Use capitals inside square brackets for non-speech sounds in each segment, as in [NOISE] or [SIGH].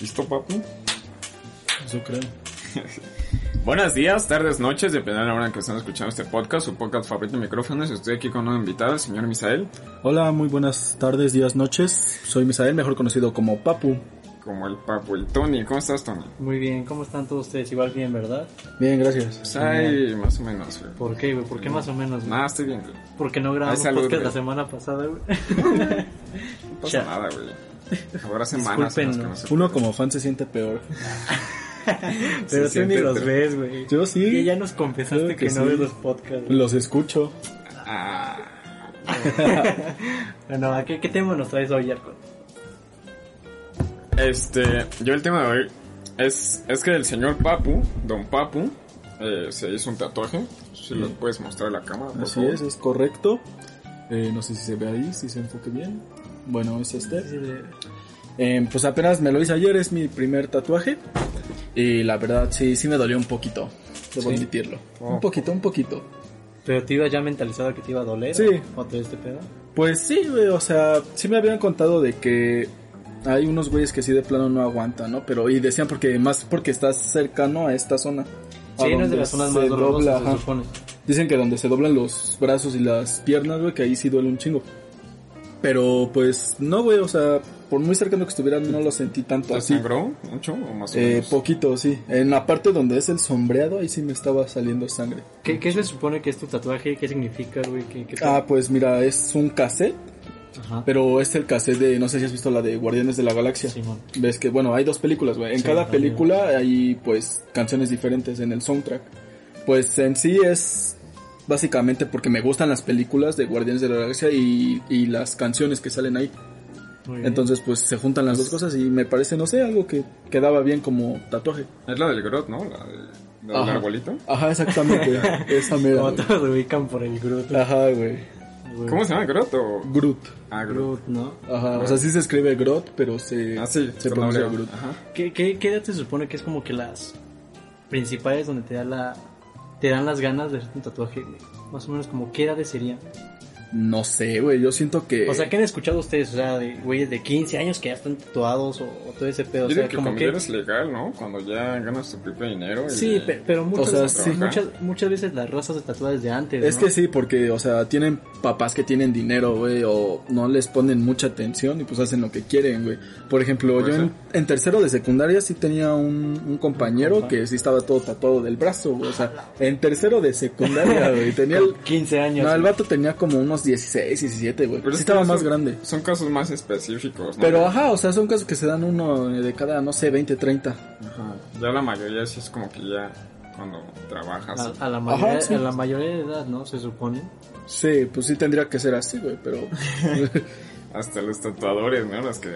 ¿Listo, papu? Eso creo. Buenos días, tardes, noches, dependiendo de la hora en que estén escuchando este podcast, su podcast favorito de micrófonos. Estoy aquí con un invitado, el señor Misael, Hola, muy buenas tardes, días, noches. Soy Misael, mejor conocido como Papu. como el papu, el Tony. ¿Cómo estás, Tony? Muy bien, ¿cómo están todos ustedes? Igual bien, ¿verdad? Bien, gracias. Pues ahí, más o menos, güey. Pues ¿Por qué, güey? ¿Por qué más o menos? güey? Nada, estoy bien, güey. No Porque no Ay, grabamos salud, podcast güey. la semana [LAUGHS] pasada, güey. pasa Ya. nada, güey. [LAUGHS] Habrá semanas en las que no se Uno como fan se siente peor. [LAUGHS] [LAUGHS] Pero tú ni siente los tre- ves, güey. Yo Y sí ya nos confesaste Claro que que, no sí. ves los podcasts. güey. los escucho. Ah, Bueno, ¿a qué, qué tema nos traes hoy, Arco? este, yo el tema de hoy es, es que el señor Papu, don Papu, eh, se hizo un tatuaje. Si lo puedes mostrar a la cámara, por Así favor. es, es correcto. Eh, no sé si se ve ahí, si se enfoque bien. Bueno, es este. Eh, pues apenas me lo hice ayer, es mi primer tatuaje. Y la verdad, sí, sí me dolió un poquito. Debo ¿Sí? admitirlo. Oh. Un poquito, un poquito. ¿Pero te ibas ya mentalizado que te iba a doler? Sí. ¿O te este pedo? Pues sí, güey, o sea, sí me habían contado de que hay unos güeyes que sí de plano no aguantan, ¿no? Pero, y decían porque, más porque estás cercano a esta zona. a Sí, no es donde de las zonas se más dobla, dolorosas, ajá. se supone. Dicen que donde se doblan los brazos y las piernas, güey, que ahí sí duele un chingo. Pero, pues, no, güey, o sea, por muy cercano que estuvieran, no lo sentí tanto ¿Te así. sangró mucho o más o Eh, menos? poquito, sí. En la parte donde es el sombreado, ahí sí me estaba saliendo sangre. ¿Qué, ¿Qué se supone que es tu tatuaje? ¿Qué significa, güey? ¿Qué, qué pedo? Ah, pues mira, es un cassette, Ajá. pero es el cassette de, no sé si has visto la de Guardianes de la Galaxia. Simón. Ves que, bueno, hay dos películas, güey. En Sí, cada también. película hay, pues, canciones diferentes en el soundtrack. Pues en sí es básicamente porque me gustan las películas de Guardianes de la Galaxia y, y las canciones que salen ahí. Muy bien. Entonces, pues, se juntan las dos cosas y me parece, no sé, algo que quedaba bien como tatuaje. Es la del Grot, ¿no? La del, la del Ajá. arbolito. Ajá, exactamente. [LAUGHS] esa mera, Como güey. todos se ubican por el Groot. Ajá, güey. güey. ¿Cómo se llama Grot o...? Groot. Ah, Groot. Groot, ¿no? Ajá, o sea, sí se escribe Groot, pero se, Ah, sí, se con pronuncia W. Groot. Ajá. ¿Qué, qué, qué edad se supone que es como que las principales donde te da la te dan las ganas de hacer un tatuaje? güey? Más o menos como qué edades serían. No sé, güey, yo siento que... O sea, ¿qué han escuchado ustedes? O sea, de güeyes de 15 años que ya están tatuados o, o todo ese pedo. O Yo sea, digo que como cuando que... eres legal, ¿no? Cuando ya ganas tu propio dinero. y- Sí, pe- pero muchas, O sea, sí. muchas, muchas veces las razas de tatuajes de antes. Es ¿no? que sí, porque, o sea, tienen papás que tienen dinero, güey, o no les ponen mucha atención y pues hacen lo que quieren, güey. Por ejemplo, Puede yo en, en tercero de secundaria sí tenía un, un compañero compa. que sí estaba todo tatuado del brazo, güey. O sea, en tercero de [LAUGHS] secundaria, güey, tenía el... Con 15 años. No, el güey. vato tenía como unos 16, 17, güey. Pero Sí es que estaba más son- grande. Son casos más específicos, ¿no? Pero ajá, o sea, son casos que se dan uno eh, de cada, no sé, 20, 30. Ajá. Ya la mayoría sí es como que ya cuando trabajas. a, a la mayoría, Ajá, sí. a la mayoría de edad, ¿no? Se supone. Sí, pues sí tendría que ser así, güey, pero... Hasta los tatuadores, ¿no? Los que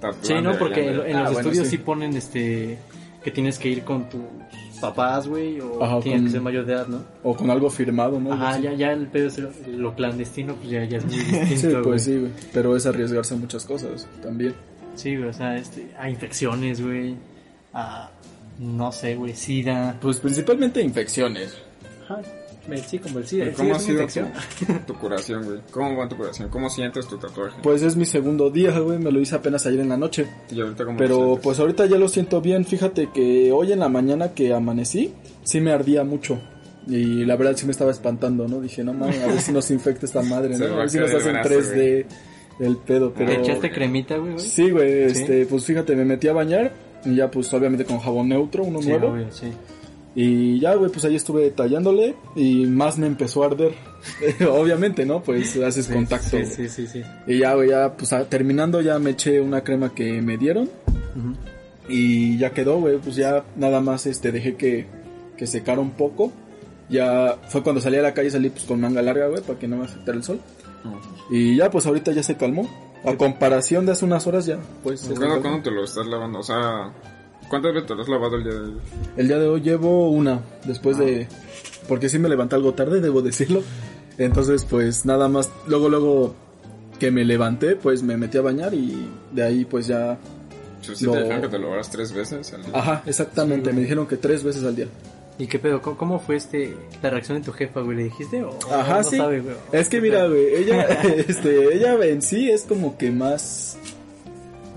tatúan. Sí, no, deberían porque de- en, en Ah, los bueno, estudios sí. sí. ponen este que tienes que ir con tus papás, güey, o Ajá, tienes con- que ser mayor de edad, ¿no? o con algo firmado, ¿no? Ajá, Sí. ya, ya el pedo es lo, lo clandestino, pues ya, ya es muy distinto. [LAUGHS] Sí, pues güey. sí, güey. Pero es arriesgarse a muchas cosas también. Sí, güey, o sea, este, a infecciones, güey, a no sé, güey, sida. Pues principalmente infecciones. Ajá, el- eh, sí, como el sida. ¿Y El ¿Cómo sida ha es una sido infección. tu, tu curación, güey? ¿Cómo va tu curación? ¿Cómo sientes tu tatuaje? Pues es mi segundo día, güey. Me lo hice apenas ayer en la noche. y ahorita cómo lo Pero sientes? pues ahorita ya lo siento bien. Fíjate que hoy en la mañana que amanecí, sí me ardía mucho. Y la verdad sí me estaba espantando, ¿no? Dije, no mames, a ver si nos infecta esta [LAUGHS] madre, Se ¿no? A va a ver si nos caer el hacen brazo, 3D el pedo, pero... ¿Te echaste cremita, güey? güey? Sí, güey, Sí. este, pues fíjate, me metí a bañar. Y ya, pues obviamente con jabón neutro, uno Sí, nuevo. obvio, sí. Y ya, güey, pues ahí estuve tallándole y más me empezó a arder. [LAUGHS] Obviamente, ¿no? Pues haces contacto. Sí, güey. sí, sí, sí. Y ya, güey, ya, pues a- terminando ya me eché una crema que me dieron Ujú. y ya quedó, güey, pues ya nada más este dejé que, que secara un poco. Ya fue cuando salí a la calle, salí pues con manga larga, güey, para que no me afectara el sol. Ujú. Y ya, pues ahorita ya se calmó. A comparación de hace unas horas ya, pues. es ¿Cuándo, un- cuándo te lo estás lavando? O sea, ¿cuántas veces te lo has lavado el día de hoy? El día de hoy llevo una, después de... Porque sí me levanté algo tarde, debo decirlo. Entonces, pues nada más, luego, luego que me levanté, pues me metí a bañar y de ahí pues ya... O sea, ¿sí No. te dijeron que te lo lavas tres veces al día? Ajá, exactamente, me dijeron que tres veces al día. ¿Y qué pedo? ¿Cómo, cómo fue este la reacción de tu jefa, güey? ¿Le dijiste? O, Ajá, no sí. sabe, güey? es que mira, güey, ella, [LAUGHS] este, ella en sí es como que más,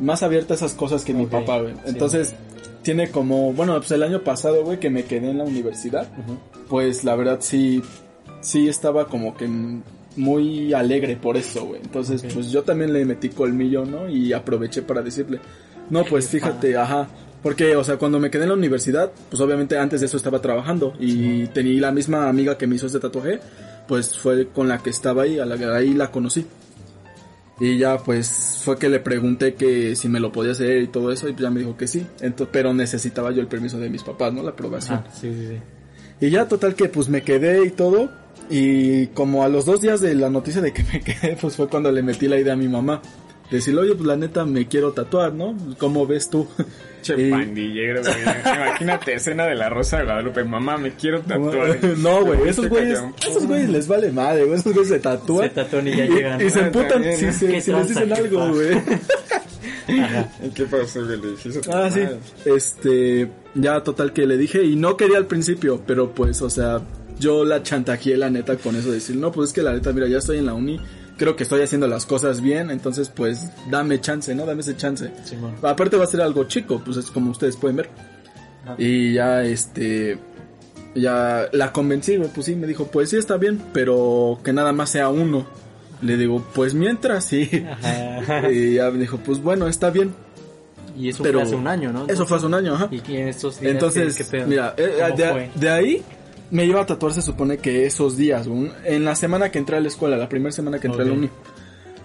más abierta a esas cosas que mi Ok, papá, güey. sí. Entonces, tiene como, bueno, pues el año pasado, güey, que me quedé en la universidad, pues la verdad sí, sí estaba como que mm, muy alegre por eso, güey. Entonces, Ok. pues yo también le metí colmillo, ¿no? Y aproveché para decirle, no, pues fíjate, ajá. Porque, o sea, cuando me quedé en la universidad, pues obviamente antes de eso estaba trabajando y tenía la misma amiga que me hizo este tatuaje, pues fue con la que estaba ahí, a la que ahí la conocí. Y ya pues fue que le pregunté que si me lo podía hacer y todo eso y pues ya me dijo que sí. Entonces, pero necesitaba yo el permiso de mis papás, ¿no? La aprobación. Ah, sí, sí, sí. Y ya total que pues me quedé y todo. Y como a los dos días de la noticia de que me [LAUGHS] quedé, pues fue cuando le metí la idea a mi mamá. Decirle, oye, pues la neta me quiero tatuar, ¿no? ¿Cómo ves tú? [LAUGHS] Che Y- pandillero, güey. Imagínate escena de la Rosa de Guadalupe. Mamá, me quiero tatuar. [LAUGHS] [LAUGHS] No, güey, Te esos fuiste güeyes, Este cañón. esos güeyes les vale madre, güey, esos güeyes se tatúan. Se tatúan y ya y, llegan, y ¿no? se emputan También, ¿eh? si, ¿no? se- Qué si les dicen tranza que algo, pasa. güey. ¿Y qué pasó, güey? Le dijiste a tu Ah, sí. madre. Este, ya total que le dije y no quería al principio, pero pues, o sea, yo la chantajeé la neta con eso de decir, no, pues es que la neta, mira, ya estoy en la uni, creo que estoy haciendo las cosas bien, entonces pues dame chance, ¿no? Dame ese chance. Simón. Aparte va a ser algo chico, pues es como ustedes pueden ver. Ajá. Y ya, este, ya la convencí, güey, pues sí, me dijo, pues sí, está bien, pero que nada más sea uno. Le digo, pues mientras, sí. Ajá. [LAUGHS] Y ya me dijo, pues bueno, está bien. Ah, Y eso Pero- fue hace un año, ¿no? Eso fue hace un año, ajá. Y que en estos días, Entonces, ¿qué- qué pedo? mira, eh, ¿Cómo de, fue? de ahí me iba a tatuar, se supone que esos días, un- en la semana que entré a la escuela, la primera semana que entré a Ok. la uni.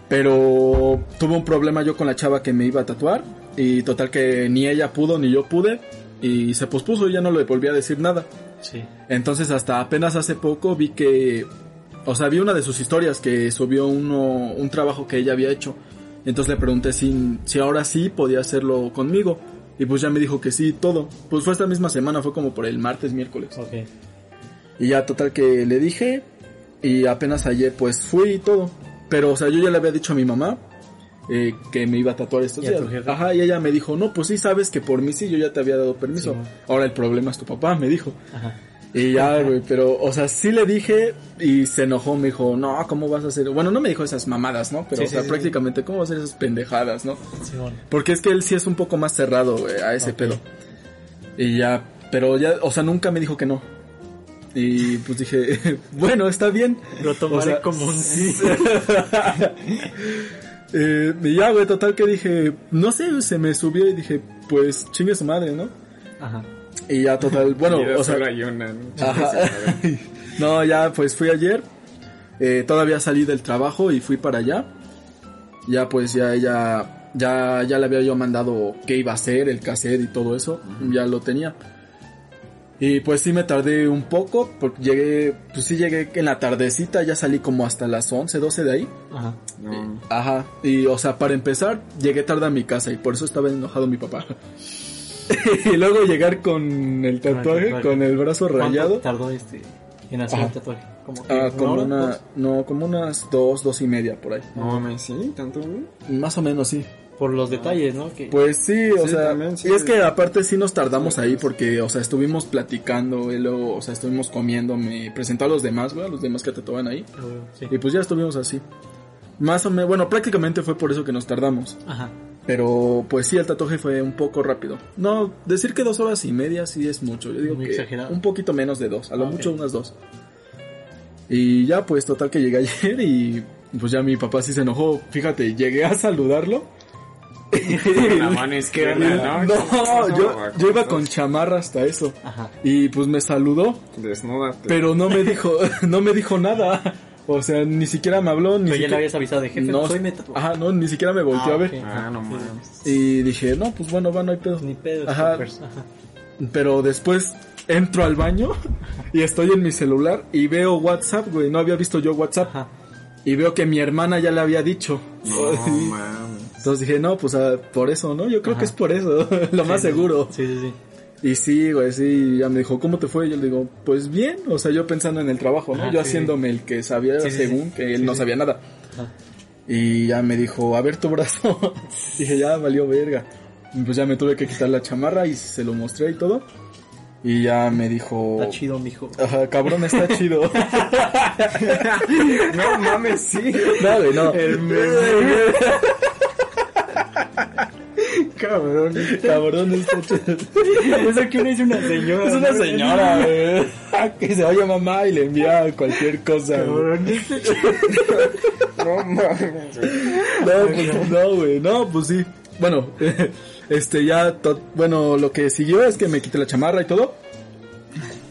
Pero tuve un problema yo con la chava que me iba a tatuar y total que ni ella pudo ni yo pude y se pospuso y ya no le volví a decir nada. Sí. Entonces hasta apenas hace poco vi que, o sea, vi una de sus historias que subió uno, un trabajo que ella había hecho. Entonces le pregunté si, si ahora sí podía hacerlo conmigo. Y pues ya me dijo que sí, todo. Pues fue esta misma semana, fue como por el martes, miércoles. Ok. Y ya total que le dije y apenas ayer pues fui y todo. Pero o sea, yo ya le había dicho a mi mamá eh, que me iba a tatuar estos ¿Y a días. tu jefe? Ajá, y ella me dijo, no, pues sí, sabes que por mí sí, yo ya te había dado permiso. Sí, ¿no? Ahora el problema es tu papá, me dijo. Ajá. Y ya, güey, pero, o sea, sí le dije y se enojó, me dijo, no, ¿cómo vas a hacer? Bueno, no me dijo esas mamadas, ¿no? Pero, Sí, o sí, sea, sí, prácticamente, ¿cómo vas a hacer esas pendejadas, no? Simón. Porque es que él sí es un poco más cerrado, güey, a ese Ok. pedo. Y ya, pero ya, o sea, nunca me dijo que no. Y pues dije, [LAUGHS] bueno, está bien. Lo tomaré O sea, como un sí. [LAUGHS] Eh, y ya, güey, total que dije, no sé, se me subió y dije, pues chingue su madre, ¿no? Ajá. Y ya, [LAUGHS] total, bueno, Vida o sea, sola y una, ¿no? [LAUGHS] Ajá. No, ya pues fui ayer. eh, todavía salí del trabajo y fui para allá. Ya pues ya ella ya ya le había yo mandado qué iba a hacer, el cassette y todo eso, ya lo tenía. Y pues sí me tardé un poco, porque llegué, pues sí llegué en la tardecita, ya salí como hasta las 11, 12 de ahí. Ajá. No. Ajá, y o sea, para empezar, llegué tarde a mi casa y por eso estaba enojado mi papá. [LAUGHS] y luego llegar con el Con el tatuaje, tatuaje. con el brazo ¿Cuánto rayado. tardó este en hacer Ajá. el tatuaje? Como que Ah, como hora, una, dos? no, como unas dos, dos y media por ahí. No, me sí, tanto, güey. Más o menos, sí. Por los detalles, ¿no? Que, Pues sí, o Sí, sea, también, sí. y es que aparte sí nos tardamos ahí porque, o sea, estuvimos platicando y luego, o sea, estuvimos comiendo, me presentó a los demás, güey, a los demás que tatuaban ahí. Ah, güey, sí. Y pues ya estuvimos así. Más o menos, bueno, prácticamente fue por eso que nos tardamos. Ajá. Pero pues sí, el tatuaje fue un poco rápido. No, decir que dos horas y media sí es mucho. Yo digo Muy que exagerado. un poquito menos de dos, a lo Ah, ok. mucho unas dos. Y ya pues total que llegué [LAUGHS] ayer y pues ya mi papá sí se enojó. Fíjate, llegué a saludarlo. La mano izquierda, no, ¿no? yo, Ah, yo iba con chamarra hasta eso. Ajá. Y pues me saludó, Desnúdate. pero no me dijo, [LAUGHS] no me dijo nada. O sea, ni siquiera me habló, ni Pero ya le siquiera... habías avisado de jefe, no, soy mi tatuaje. Ajá, no, ni siquiera me volteó Ah, a ver. ok. Ah, no mames. Y dije, no, pues bueno, va, no hay pedo. Ni pedo, Ajá. stalkers. Ajá. Pero después entro al baño y estoy en mi celular y veo WhatsApp, güey. No había visto yo WhatsApp. Ajá. Y veo que mi hermana ya le había dicho. [LAUGHS] No, mames. Entonces dije, no, pues ah, por eso, ¿no? Yo creo Ajá. que es por eso, [LAUGHS] lo más seguro. Sí, sí, sí. Y sí, güey, sí, ya me dijo, ¿cómo te fue? Yo le digo, pues bien, o sea, yo pensando en el trabajo, ¿no? Ajá, yo sí, haciéndome el que sabía Ah, Sí, sí, según sí. que él Sí, no sí. sabía nada. Ajá. Y ya me dijo, a ver tu brazo. [LAUGHS] dije, ya valió verga. Y pues ya me tuve que quitar la chamarra y se lo mostré y todo. Y ya me dijo... Está [LAUGHS] chido, mijo. Ajá, cabrón, [LAUGHS] está chido. No mames, sí. no, güey, no. [LAUGHS] El meme. Cabrón. Cabrón, está chido. Eso que uno dice una señora. Es una ¿no? señora, güey. [LAUGHS] Que se vaya mamá y le envía cualquier cosa, güey. Cabrón. [LAUGHS] No mames, güey. No, pues no, güey. No, pues sí. Bueno, [LAUGHS] este ya. to- Bueno, lo que siguió es que me quité la chamarra y todo.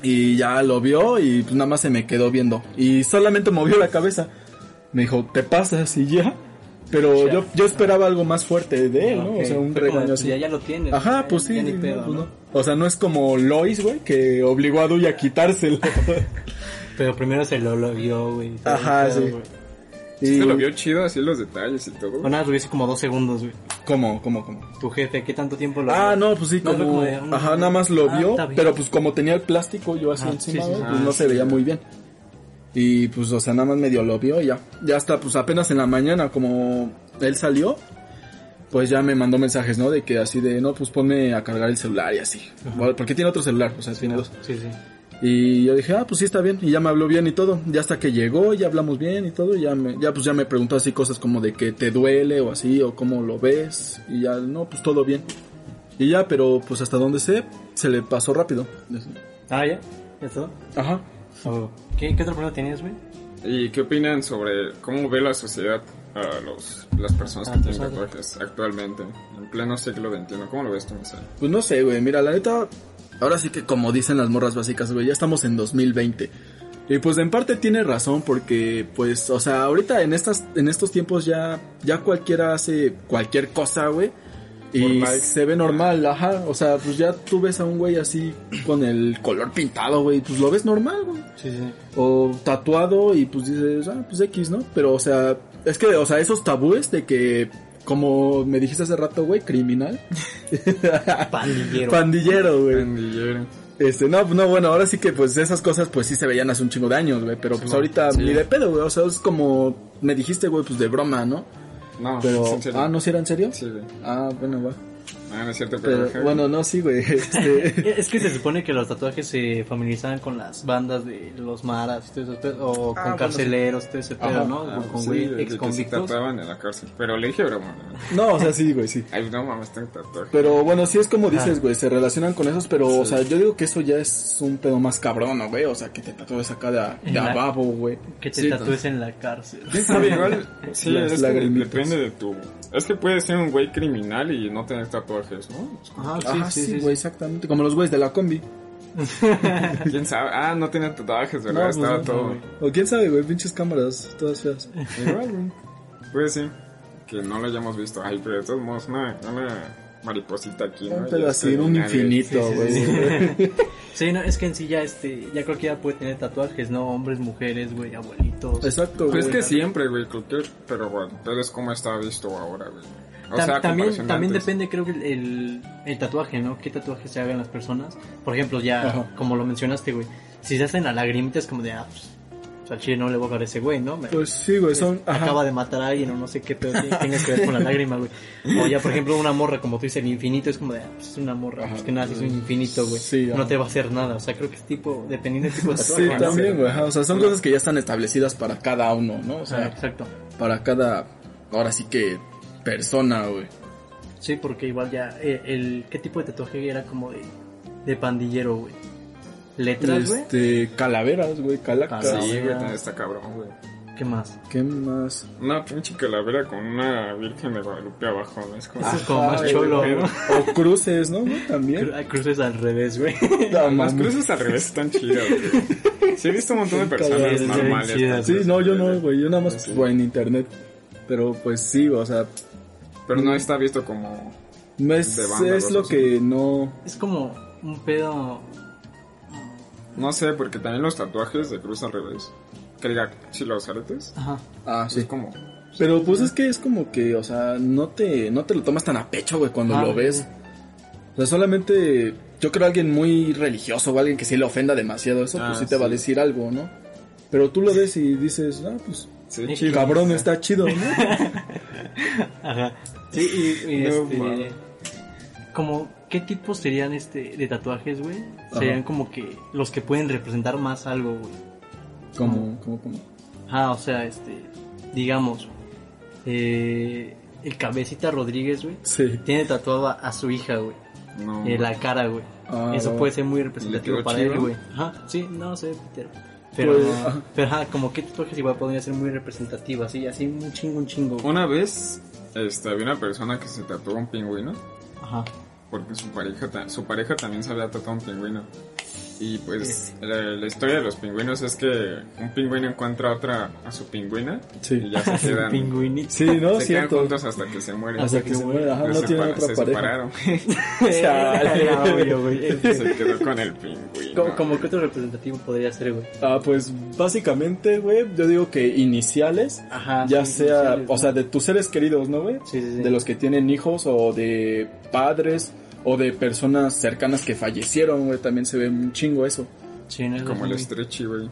Y ya lo vio y pues nada más se me quedó viendo. Y solamente movió la cabeza. Me dijo, ¿te pasas? Y ya. Pero yo, yo esperaba algo más fuerte de él, ¿no? Ok, O sea, un fue como, regaño pues, así. Ya, ya lo tienes. Ajá, ya- pues sí. ya ni no, pedo, pues ¿no? no. O sea, no es como Lois, güey, que obligó a Dewey a [LAUGHS] quitárselo. Pero primero se lo, lo vio, güey. todo Ajá, el pedo, sí. güey. [LAUGHS] Y- Sí te lo vio chido, así los detalles y todo. O nada, lo hice como dos segundos, güey. ¿Cómo, cómo, cómo? Tu jefe, ¿qué tanto tiempo lo Ah, vio? no, pues sí, No, fue como... como de un- Ajá, nada más lo Ah, vio, está bien. pero pues como tenía el plástico yo así Ajá, encima, sí, sí, sí. güey, pues no se veía muy bien. Y pues, o sea, nada más medio lo vio y ya. Ya hasta, pues apenas en la mañana, como él salió, pues ya me mandó mensajes, ¿no? De que así de, no, pues ponme a cargar el celular y así. Bueno, Porque tiene otro celular, o sea, tiene dos. Sí, sí. Y yo dije, ah, pues sí está bien. Y ya me habló bien y todo. Ya hasta que llegó, ya hablamos bien y todo. y Ya, me, ya pues ya me preguntó así cosas como de que te duele o así, o cómo lo ves. Y ya, no, pues todo bien. Y ya, pero pues hasta donde sé, se le pasó rápido. Ah, ya. ¿Ya todo? Ajá. Oh. ¿Qué, ¿Qué otra pregunta tenías, güey? ¿Y qué opinan sobre cómo ve la sociedad a los, las personas Ah, que tienen pues, tatuajes actualmente, en pleno siglo XXI? ¿Cómo lo ves tú, Misael? Pues no sé, güey. Mira, la neta, ahora sí que como dicen las morras básicas, güey, ya estamos en 2020. Y pues en parte tiene razón porque, pues, o sea, ahorita en estas, en estos tiempos ya, ya cualquiera hace cualquier cosa, güey. Y Por likes. se ve normal, ajá. O sea, pues ya tú ves a un güey así con el color pintado, güey. Pues lo ves normal, güey Sí, sí. o tatuado y pues dices, ah, pues X, ¿no? Pero, o sea, es que, o sea, esos tabúes de que, como me dijiste hace rato, [LAUGHS] güey, criminal. Pandillero. Pandillero, güey. Pandillero. Este, no, no, bueno, ahora sí que pues esas cosas pues sí se veían hace un chingo de años, güey, pero pues no, ahorita sí. ni de pedo, güey, o sea, es como me dijiste, güey, pues de broma, ¿no? No, Pero, es en serio. ah, no, si era en serio. Sí, güey. Ah, bueno, va. Ah, no es cierto, pero... Pero, bueno, no, sí, güey. [LAUGHS] Este, [LAUGHS] Es que se supone que los tatuajes se familiarizaban con las bandas de los maras, y todo ese pedo, o con carceleros, todo ese pedo, Ajá, ¿no? Ah, O con sí, güey, de- de ex que se convictos. tatuaban en la cárcel. Pero le dije broma. ¿no? no, o sea, sí, güey, sí. Ay, no mames, tengo tatuaje. Pero bueno, sí es como dices, Ajá. güey, se relacionan con esos, pero, o sea, yo digo que eso ya es un pedo más cabrón, ¿no, güey? O sea, que te tatúes acá de, a- de En la- a babo, güey. Que te Sí, tatúes en la cárcel. ¿Quién sabe? Igual, [LAUGHS] sí, Las es que lagrimitas. depende de tu... Es que puede ser un güey criminal y no tener tatuajes, ¿no? [LAUGHS] Ajá, Ah, sí, Ajá, sí, sí, sí, güey, exactamente. Como los güeyes de la combi. ¿Quién sabe? Ah, no tenía tatuajes, ¿verdad? No, pues, Estaba no, todo... güey. O quién sabe, güey, pinches cámaras, todas [LAUGHS] feas. Igual, güey. Pues sí, que no lo hayamos visto. Ay, pero de todos modos, una, una mariposita aquí, ¿no? Un Ya pedo es así, un criminal, infinito, Sí, sí, güey. sí, Sí, no, es que en sí ya, este, ya creo que ya puede tener tatuajes, ¿no? Hombres, mujeres, güey, [LAUGHS] abuelitos. Exacto, Pero güey. Pues es que siempre, güey, cualquier... Pero bueno, pero es como está visto ahora, güey. O Ta- sea, a también comparación de también antes. depende, creo que el, el, el tatuaje, ¿no? ¿Qué tatuaje se hagan las personas? Por ejemplo, ya, Ajá. como lo mencionaste, güey, si se hacen a lagrimita es como de, ah, pues, o sea, al chile no le voy a dar a ese güey, ¿no? Me- Pues sí, güey, son... acaba Ajá. de matar a alguien o no sé qué pedo tiene- tenga que ver con la lágrima, güey. O ya, por ejemplo, una morra, como tú dices, el infinito es como de, ah, pues es una morra, pues que nada, es un infinito, güey. Sí, ajá. no te va a hacer nada, o sea, creo que es tipo, dependiendo del tipo de Sí, tatuaje. ¿no? también, güey. ajá. O sea, son cosas que ya están establecidas para cada uno, ¿no? O O sea, sea, exacto. para cada... Ahora sí que... Persona, güey. Sí, porque igual ya, eh, el, ¿qué tipo de tatuaje era como de, de pandillero, güey? ¿Letras, güey? Este... Calaveras, güey, calacas. Calaveras. Sí, güey, Ah. también está cabrón, güey. ¿Qué más? ¿Qué más? Una pinche calavera con una virgen de Guadalupe abajo, ¿no? Es como... "Ah, Eso es Ah, como Ajá, más güey, cholo, pero- ¿no? O cruces, ¿no? güey? También. Cru- hay Cruces al revés, güey. [LAUGHS] No, Las mames. cruces al revés están chidas, güey. Sí, he visto un montón [LAUGHS] de personas Sí, sí, normales. sí, con Sí, cruces no, yo al no, revés. güey. Yo nada más Sí. güey, en internet. Pero pues sí, o sea, Pero no está visto como. no es, De banda, es güey, lo sí. que no. Es como un pedo... No sé, porque también los tatuajes de cruz al revés. que diga, sí, los aretes. Ajá. Ah, Es como, Pero pues es que es como que, o sea, no te, no te lo tomas tan a pecho, güey, cuando Ah, lo ves. O sea, solamente yo creo alguien muy religioso o alguien que sí le ofenda demasiado, eso Ah, pues sí te va a sí. decir algo, ¿no? Pero tú lo ves y dices, ah, pues, sí, Sí. chido. cabrón, está chido, ¿no? [LAUGHS] Ajá. Sí, y, y, No este. mames. Como, ¿qué tipos serían este de tatuajes, güey? Ajá. Serían como que los que pueden representar más algo, güey. Como, como, como. Ah, o sea, este. Digamos, eh, el Cabecita Rodríguez, güey, Sí. tiene tatuado a, a su hija, güey. No, en Eh, la cara, güey. Ah, Eso no. puede ser muy representativo quedó para chido? él, güey. Ajá, sí, no sé, Peter. Pero, Pues, ajá. pero ajá, como que tatuajes igual podría ser muy representativo, así, así un chingo, un chingo. güey. Una vez este, había una persona que se tatuó un pingüino Ajá. porque su pareja, ta- su pareja también se había tatuado un pingüino. Y pues la, la historia de los pingüinos es que un pingüino encuentra a otra a su pingüina Sí. y [LAUGHS] ya [LAUGHS] se quedan, Pingüinito. Sí, [LAUGHS] ¿no? se quedan Cierto. juntos hasta que se mueren. Hasta que se muera, ajá, Pero no se tiene separa- otra se pareja. separaron. [LAUGHS] [LAUGHS] [LAUGHS] Chale. Ah, obvio, güey. Este, se quedó con el pingüino. [LAUGHS] como, como que otro representativo podría ser, güey. Ah, pues básicamente, güey, yo digo que iniciales, Ajá. ya sí, sea, iniciales, o ¿no? sea, de tus seres queridos, ¿no, güey? Sí, sí, sí. De los que tienen hijos o de padres o de personas cercanas que fallecieron, güey, también se ve un chingo eso. Sí, no es Como el este. güey, stretchy, güey.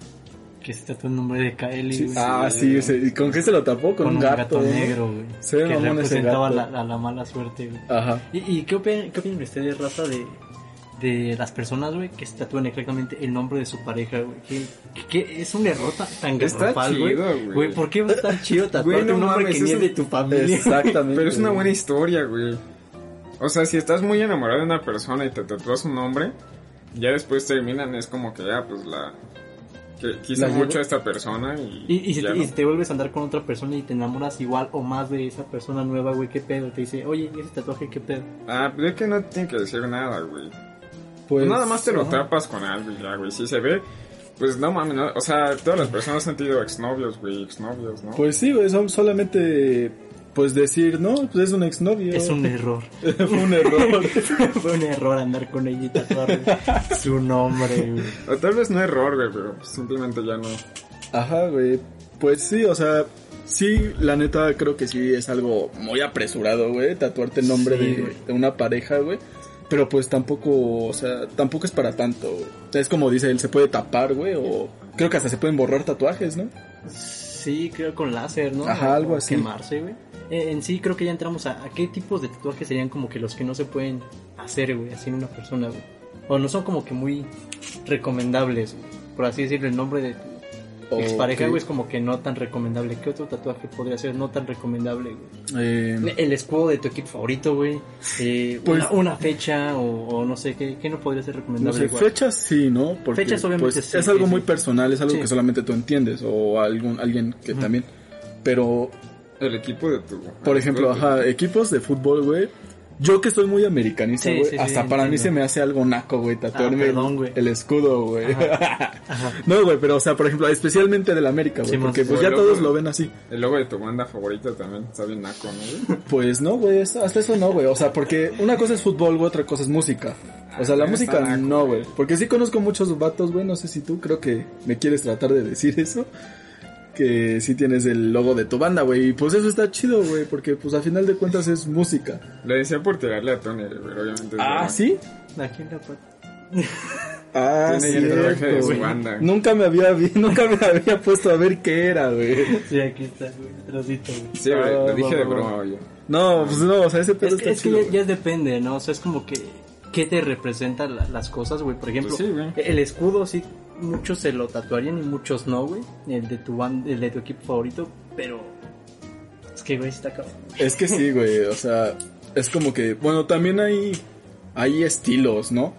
Que se tatuó el nombre de Kaeli, güey. ah, sí, sí. ¿Y ¿con qué se lo tapó? Con, Con un gato, ¿no? negro, güey. Se ve que mamón ese representaba gato. la, la, la mala suerte, güey. Ajá. ¿Y, y qué, opinan, qué opinan ustedes, raza, de, de las personas, güey, que se tatúan exactamente el nombre de su pareja, güey? ¿Qué, qué- qué es un error ta- tan Está garrafal, güey? chido, güey. Güey, ¿por qué va a estar chido [LAUGHS] tatuarte Güey, no un nombre mames, que ni es es un- de tu familia? Exactamente. Pero es una buena historia, güey. O sea, si estás muy enamorado de una persona y te tatúas un nombre, ya después terminan, es como que ya, pues la. Que quise La llevo. mucho a esta persona y. [LAUGHS] Y, y si ya te, no. y si te vuelves a andar con otra persona y te enamoras igual o más de esa persona nueva, güey, qué pedo. Te dice, oye, ¿y ese tatuaje qué pedo? Ah, pero es que no tiene que decir nada, güey. Pues, Nada más te lo ajá. tapas con algo y ya, güey. Si se ve, pues no mames, no- o sea, todas las personas han tenido exnovios, güey, exnovios, ¿no? Pues sí, güey, son solamente pues decir, no, pues es un exnovio. [LAUGHS] Es un error. [LAUGHS] Fue [LAUGHS] un error. Fue un error andar con ella y tatuarle su nombre, güey. O tal vez no error, güey, pero pues, simplemente ya no. Ajá, güey. Pues sí, o sea, sí, la neta creo que sí es algo muy apresurado, güey, tatuarte el nombre Sí, de, güey. de una pareja, güey. Pero pues tampoco, o sea, tampoco es para tanto, güey. O sea, es como dice él, se puede tapar, güey, o creo que hasta se pueden borrar tatuajes, ¿no? Sí, creo con láser, ¿no? Ajá, O algo así. Quemarse, güey. Eh, en sí, creo que ya entramos a, a qué tipos de tatuajes serían como que los que no se pueden hacer, güey, así en una persona, güey. O no son como que muy recomendables, güey. por así decirlo, el nombre de tu O expareja, que- güey, es como que no tan recomendable. ¿Qué otro tatuaje podría ser no tan recomendable, güey? Eh, El escudo de tu equipo favorito, güey. eh, Pues- una, una fecha o, o no sé, ¿qué, qué no podría ser no recomendable? sé, igual? fechas sí, ¿no? Porque Fechas obviamente pues, sí, es algo sí, muy sí. personal, es algo Sí. que solamente tú entiendes o algún alguien que también. Pero El equipo de tu. Por ejemplo, ajá, equipos de fútbol, güey. Yo que soy muy americanista, Sí, güey. sí, sí, hasta para mí entiendo. se me hace algo naco, güey, tatuarme Ah, perdón, güey. el escudo, güey. [LAUGHS] no, güey, pero o sea, por ejemplo, especialmente del América, güey. Sí, porque más- pues Güey, ya loco. todos lo ven así. El logo de tu banda favorita también está bien naco, ¿no? güey? Pues no, güey, eso- hasta eso no, güey. O sea, porque una cosa es fútbol, güey, otra cosa es música. O sea, la Ah, música está naco, no, güey. güey. Porque sí conozco muchos vatos, güey. No sé si tú creo que me quieres tratar de decir [LAUGHS] eso. Que sí tienes el logo de tu banda, güey. Y pues eso está chido, güey. Porque pues a final de cuentas es música. Le decía por tirarle a Tony, pero obviamente. es Ah, broma. ¿sí? Aquí en la pata. Ah, Tiene el cierto, traje de su güey. banda. Nunca me había vi- [LAUGHS] nunca me había puesto a ver qué era, güey. Sí, aquí está, güey, trocito, güey. Sí, güey, Ah, lo dije de va, va, broma, oye. No, pues no, o sea, ese Es pedo que, está es que chido. ya, ya depende, ¿no? O sea, es como que. ¿Qué te representan la- las cosas, güey? Por ejemplo, Pues sí, güey. el escudo, sí, muchos se lo tatuarían y muchos no, güey. El de tu ban- el de tu equipo favorito, pero. Es que, güey, está cabrón. Es que sí, güey, o sea, es como que, bueno, también hay hay estilos, ¿no?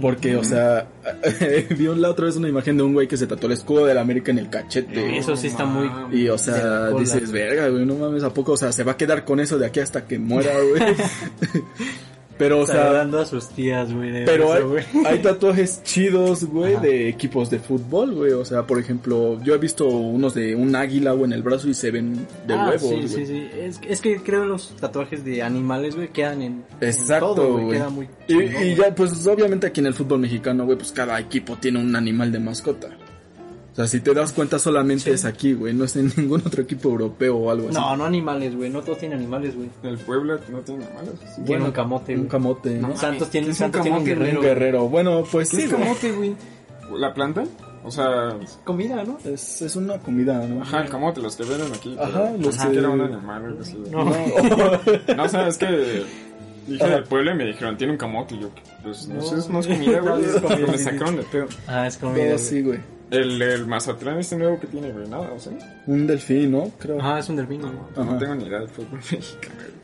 Porque, o sea, [LAUGHS] vi un- la otra vez una imagen de un güey que se tatuó el escudo del América en el cachete. Eso sí está muy. Y, o de sea, la cola. dices, verga, güey, no mames, ¿a poco? O sea, se va a quedar con eso de aquí hasta que muera, [LAUGHS] güey. Pero, o sea, dando a sus tías, güey. de Pero eso, hay, güey. hay tatuajes chidos, güey, Ajá. de equipos de fútbol, güey. O sea, por ejemplo, yo he visto unos de un águila, güey, en el brazo y se ven [LAUGHS] de Ah, huevos, Sí, güey. sí, sí. Es, que- es que creo los tatuajes de animales, güey, quedan en. en todo, Exacto, güey. Queda muy. Y, chingón, y güey. ya, pues obviamente aquí en el fútbol mexicano, güey, pues cada equipo tiene un animal de mascota. sea, si te das cuenta solamente Sí. es aquí, güey, no es en [LAUGHS] ningún otro equipo europeo o algo así. No, no animales, güey. No todos tienen animales, güey. El pueblo no tiene animales. tiene un camote, Un güey. camote, ¿no? Santos ¿qué tiene, es un Santos tiene un camote, güey? Un guerrero. güey. guerrero. Bueno, pues ¿Qué sí, es güey. camote, güey? ¿La planta? O sea, Comida, ¿no? Es, es una comida, ¿no? [LAUGHS] ajá, el camote, los que venden aquí. Ajá, pero los ni que- siquiera un animal, algo así. No. Oh, No, o sea, es que dije Ajá. del pueblo y me dijeron, tiene un camote. Y yo, pues no, No. sé, eso no es comida, güey. No, es comida. me sacaron de pedo. Ah, es comida. Pero güey. sí, güey. El, el Mazatlán, este nuevo que tiene, güey, nada, o sea, Un delfín, ¿no? Creo. Ah, es un delfín, güey. no Ajá. tengo ni idea del fútbol [LAUGHS] mexicano, güey.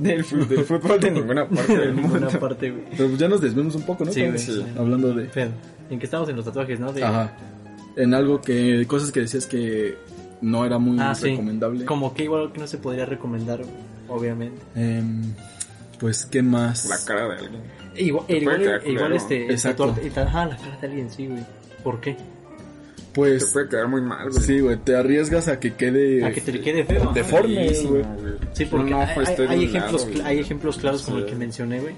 Del, fu- del fútbol de ninguna parte [LAUGHS] del mundo. Buena parte, güey. Pero pues ya nos desvimos un poco, ¿no? Sí, Como- güey, sí. Hablando de... Pero, en que estamos en los tatuajes, ¿no? De- Ajá. En algo que... Cosas que decías que no era muy Ah, sí. recomendable. Como que igual que no se podría recomendar, güey, obviamente. Em, pues, ¿qué más? La cara de alguien. E Igual, Te e igual, puede quedar e igual culero. este. Exacto. tatuarte- y tal- ah, la cara de alguien, sí, güey. ¿Por qué? Te Pues, puede quedar muy mal, güey. sí, güey, te arriesgas a que quede... A que Este, te le quede feo. ajá. Deforme, Sí, güey. güey. Sí, porque Un ojo hay, esté hay- de hay un lado, ejemplos, cl- güey. hay ejemplos claros como Sí. el que mencioné, güey.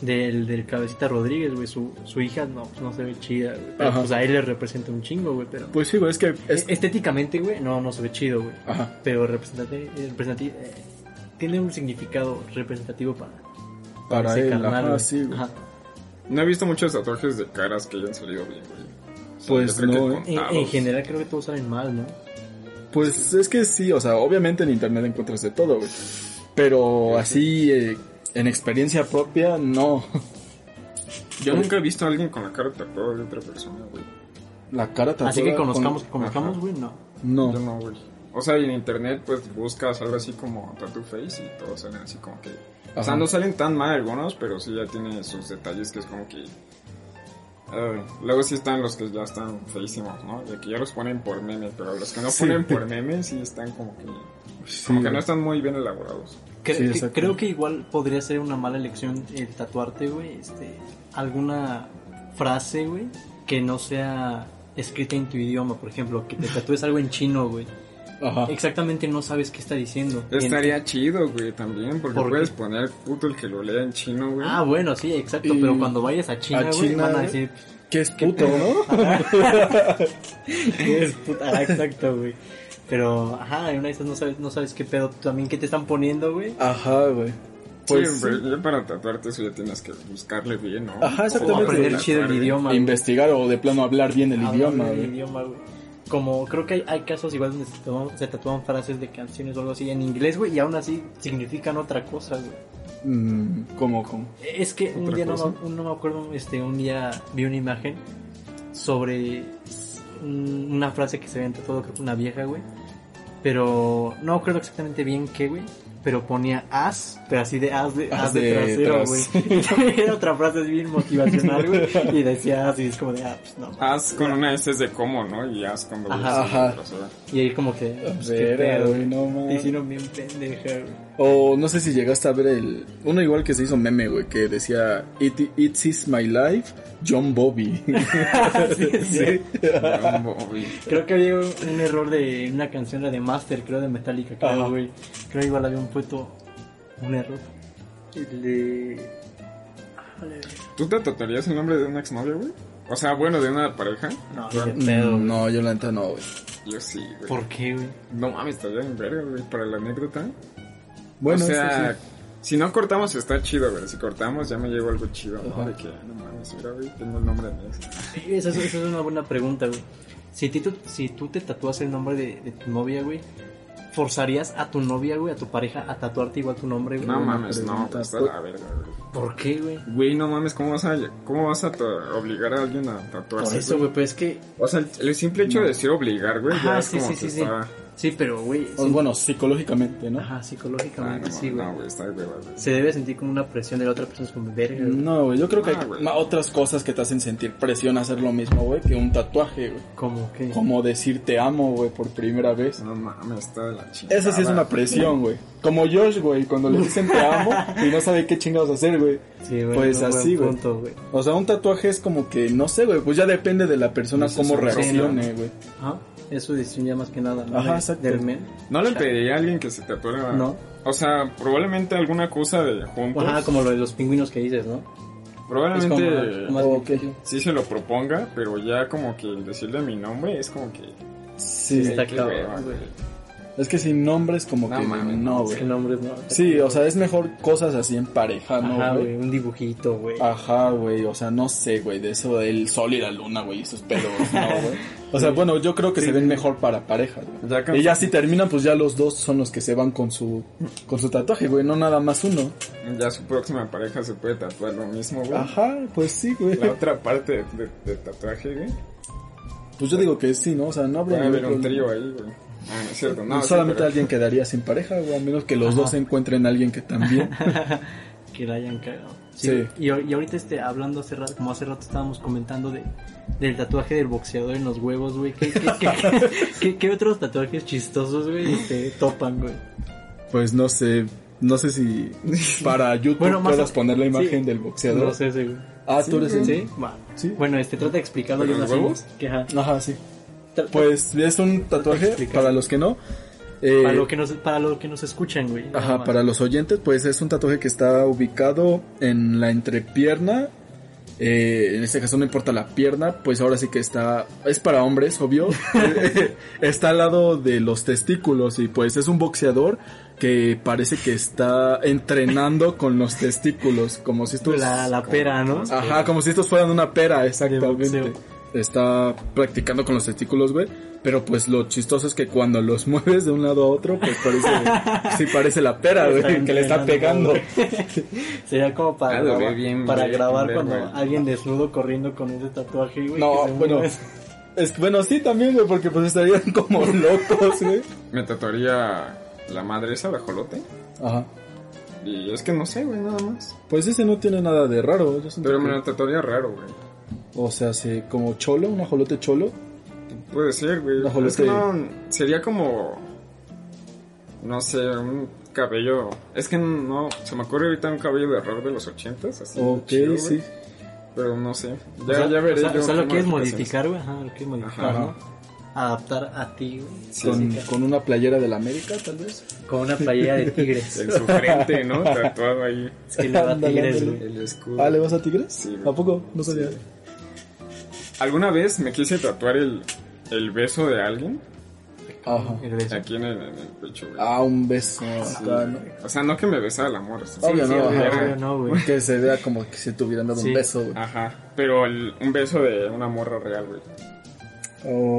Del, del cabecita Rodríguez, güey. Su, su hija no, pues, no se ve chida, güey. Pero Ajá. pues a él le representa un chingo, güey. Pero e, Pues sí, güey, es que... es- Eh, estéticamente, güey, no, no se ve chido, güey. Ajá. Pero representati- eh, representati- eh, tiene un significado representativo para, Para ese él, carnal, ajá, güey. sí, güey. Ajá. No he visto muchos tatuajes de caras que hayan salido bien, güey. O sea, Pues yo creo no, que eh. En, contados. en general creo que todos salen mal, ¿no? Pues es que sí, o sea, obviamente en internet encuentras de todo, güey. Pero así, eh, en experiencia propia, no. Yo nunca he visto a alguien con la cara tatuada de otra persona, güey. La cara tatuada... Así que con- conozcamos, conozcamos, güey, no. Yo No. no, güey. O sea, y en internet, pues buscas algo así como Tattoo Face y todos salen así como que. O Ajá. sea, no salen tan mal algunos, pero sí ya tiene sus detalles que es como que. ay, luego sí están los que ya están feísimos, ¿no? De que ya los ponen por meme, pero los que no Sí. ponen por meme sí están como que. Sí, Como que no güey. están muy bien elaborados. Cre- Sí, que- exacto. creo que igual podría ser una mala elección el tatuarte, güey, este, alguna frase, güey, que no sea escrita en tu idioma, por ejemplo, que te tatúes algo en chino, güey. Ajá. Eh, Exactamente no sabes qué está diciendo. Y en- Estaría chido, güey, también, porque ¿Por qué? puedes poner puto el que lo lea en chino, güey. Ah, bueno, sí, exacto, Y- pero cuando vayas a China, a güey, China, ¿eh? van a güey. decir, Que es puto, ¿no? "Eres puta", ah, exacto, güey. Pero, ajá, en una de esas no sabes, no sabes qué pedo, también qué te están poniendo, Ah, güey. Ajá, güey. Pues sí, sí. pero ya para tatuarte eso ya tienes que buscarle bien, ¿no? Ajá, O exactamente. aprender Tatuar, chido el idioma, güey. investigar o de plano hablar bien el Hablan idioma, el güey. idioma, güey. Como creo que hay, hay casos igual donde se tatúan, se tatúan frases de canciones o algo así en inglés, güey, y aún así significan otra cosa, güey. Mm, ¿Cómo, cómo? Es que un ¿Otra día, no, cosa? me- no me acuerdo, este, un día vi una imagen sobre un- una frase que se había tatuado, creo que una vieja, güey. Pero no creo exactamente bien qué, güey. Pero ponía as, pero así de as de, As as de, de trasero, tras. güey. [LAUGHS] Era otra frase así bien motivacional, güey. Y decía as y es como de, ah, pues no. Haz con una S es de cómo, ¿no? Y haz con doble Ajá. S, güey, Ajá. o sea, Y ahí como que... pues, qué Verga, pedo, güey, no Te mames. hicieron bien pendeja, güey. O no sé si llegaste a ver el. Uno igual que se hizo meme, güey, que decía It, it is my life, John Bobby. [LAUGHS] Sí, es sí. era un Bobby. [LAUGHS] Creo que había un error de una canción la de Master, creo de Metallica, creo, Ajá. güey. Creo igual había un puesto un error. El de ¿Tú te tatuarías el nombre de un exnovio, güey? O sea, bueno, de una pareja. No, Yo- ni de pedo. Mm, no, yo la neta no, güey. Yo sí, güey. ¿Por qué, güey? No mames, estaría en verga, güey, para la anécdota. Bueno, o sea, eso si no cortamos está chido, güey. Si cortamos ya me llegó algo chido, ¿no? De que, no mames, mira, güey, tengo el nombre de mi ex. Esa es, esa es una buena pregunta, güey. Si, ti- tú- si tú te tatúas el nombre de, de tu novia, güey, ¿forzarías a tu novia, güey, a tu pareja a tatuarte igual tu nombre, güey? No mames, no, pregunta. pues está la verga, güey. ¿Por qué, güey? Güey, no mames, ¿cómo vas a, cómo vas a ta- obligar a alguien a Por tatuarse? eso, güey, pero es que... O sea, el, el simple hecho de decir obligar, güey, ya Ajá, es sí, como sí, que sí, sí. está... Sí, pero, güey... sí. O sí- Bueno, psicológicamente, ¿no? Ajá, Ah, psicológicamente no, sí, güey. no, güey, está de hueva, güey. Se debe sentir como una presión de la otra persona, es como verga. güey. No, güey, yo creo que Ah, hay güey. ma- otras cosas que te hacen sentir presión a hacer lo mismo, güey, que un tatuaje, güey. Como que. Como decir te amo, güey, por primera vez. No mames, está de la chingada. Eso sí es una presión, güey. Como Josh, güey, cuando le dicen te amo y no sabe qué chingados hacer, güey. Sí, güey, pues un buen así, güey. punto, güey. O sea, un tatuaje es como que, no sé, güey, pues ya depende de la persona No sé, cómo sí, reaccione, güey. Ajá. Es su decisión ya más que nada, ¿no? Ajá, De- exacto. Del men. No le pediría a alguien que se tatuara. No. O sea, probablemente alguna cosa de juntos. Pues Ajá, como lo de los pingüinos que dices, ¿no? Probablemente Más eh, Ok. difícil. sí se lo proponga, pero ya como que el decirle mi nombre es como que. Sí, Está ay, qué cabrón, hueva, güey. güey. es que sin nombres como No que mames, no, Es güey. que nombres, no. Sí, o sea, es mejor cosas así en pareja, ¿no, Ajá, güey? Ah. güey, un dibujito, güey. Ajá, güey, o sea, no sé, güey, de eso del sol y la luna, güey, esos pelos, no, güey. O sea, bueno, yo creo que se ven mejor para parejas, güey. Ya que- Y ya si terminan, pues ya los dos son los que se van con su con su tatuaje, güey, no nada más uno. Ya su próxima pareja se puede tatuar lo mismo, güey. Ajá, pues sí, güey. La otra parte de- de- del tatuaje, güey. Pues yo digo que sí, ¿no? O sea, no habría Puede haber ningún un trío problema. ahí, güey. Ah, no es cierto, no. sí, Solamente pero- alguien quedaría sin pareja, güey, a menos que los dos se encuentren a alguien que [LAUGHS] también. que la hayan cagado. Sí. Y, ahor- y ahorita este, hablando hace rato, como hace rato estábamos comentando de, del tatuaje del boxeador en los huevos, güey. ¿Qué, qué, [LAUGHS] qué- qué- qué otros tatuajes chistosos, güey, te topan, güey? Pues no sé, no sé si para YouTube Bueno, más puedas o- poner la sí. imagen del boxeador. No sé, sí, güey. Ah, tú eres el- ¿Sí? Va. Sí. Bueno, este, trata de explicarlo ¿De yo los así, huevos? que, ajá. Ajá, sí. Tra- Pues es un tatuaje, Explica. para los que no. eh, para, lo que nos, para lo que nos escuchan, güey. nada Ajá, más. para los oyentes, pues es un tatuaje que está ubicado en la entrepierna. eh, en este caso no importa la pierna, pues ahora sí que está... Es para hombres, [LAUGHS] obvio. [LAUGHS] está al lado de los testículos y pues es un boxeador que parece que está entrenando con los testículos, como si estos... La, la pera, ¿no? Ajá, como si estos fueran una pera, De exactamente. boxeo. Está practicando con los testículos, güey. Pero pues lo chistoso es que cuando los [LAUGHS] mueves de un lado a otro, pues parece. sí, parece la pera, güey, Están que le está entrenando, pegando. güey. [LAUGHS] Sería como para Ah, lo grabar, ve bien, para güey, grabar ver, cuando güey. alguien desnudo corriendo con ese tatuaje, güey. No, que se bueno. mueve. Es, bueno, sí, también, güey, porque pues estarían [LAUGHS] como locos, güey. Me tatuaría la madre esa, la jolote. Ajá. Y es que no sé, güey, nada más. Pues ese no tiene nada de raro. yo siento Pero que- me lo tatuaría raro, güey. O sea, sí, como cholo, un ajolote cholo. Puede ser, güey. La jolote. Es que no, sería como. No sé, un cabello. Es que no. Se me ocurre ahorita un cabello de error de los ochentas, así. Ok, chido, güey. sí. Pero no sé. Ya, O sea, ya veré. o sea, yo o sea, lo qué quieres modificaciones. modificar, güey. Ajá, lo quieres modificar, Ajá. ¿no? Adaptar a ti, güey. con, Sí, sí, con una playera de la América, tal vez. Con una playera de tigres. [LAUGHS] En su frente, ¿no? [LAUGHS] Tatuado ahí. Es que le va a Ándale, tigres, ándale. güey. El escudo. Ah, ¿le vas a Tigres? Sí, güey. ¿A poco? No sabía. Alguna vez me quise tatuar el, el beso de alguien Ajá. El beso. aquí en el, en el pecho, güey. Ah, un beso. Sí, acá, ¿no? güey. O sea, no que me besara el amor. o sea, Obvio, sí, no, sí, ajá, era- obvio, no, güey. Que se vea como que se te hubieran dado Sí. un beso, güey. Ajá, pero el- un beso de una morra real, güey.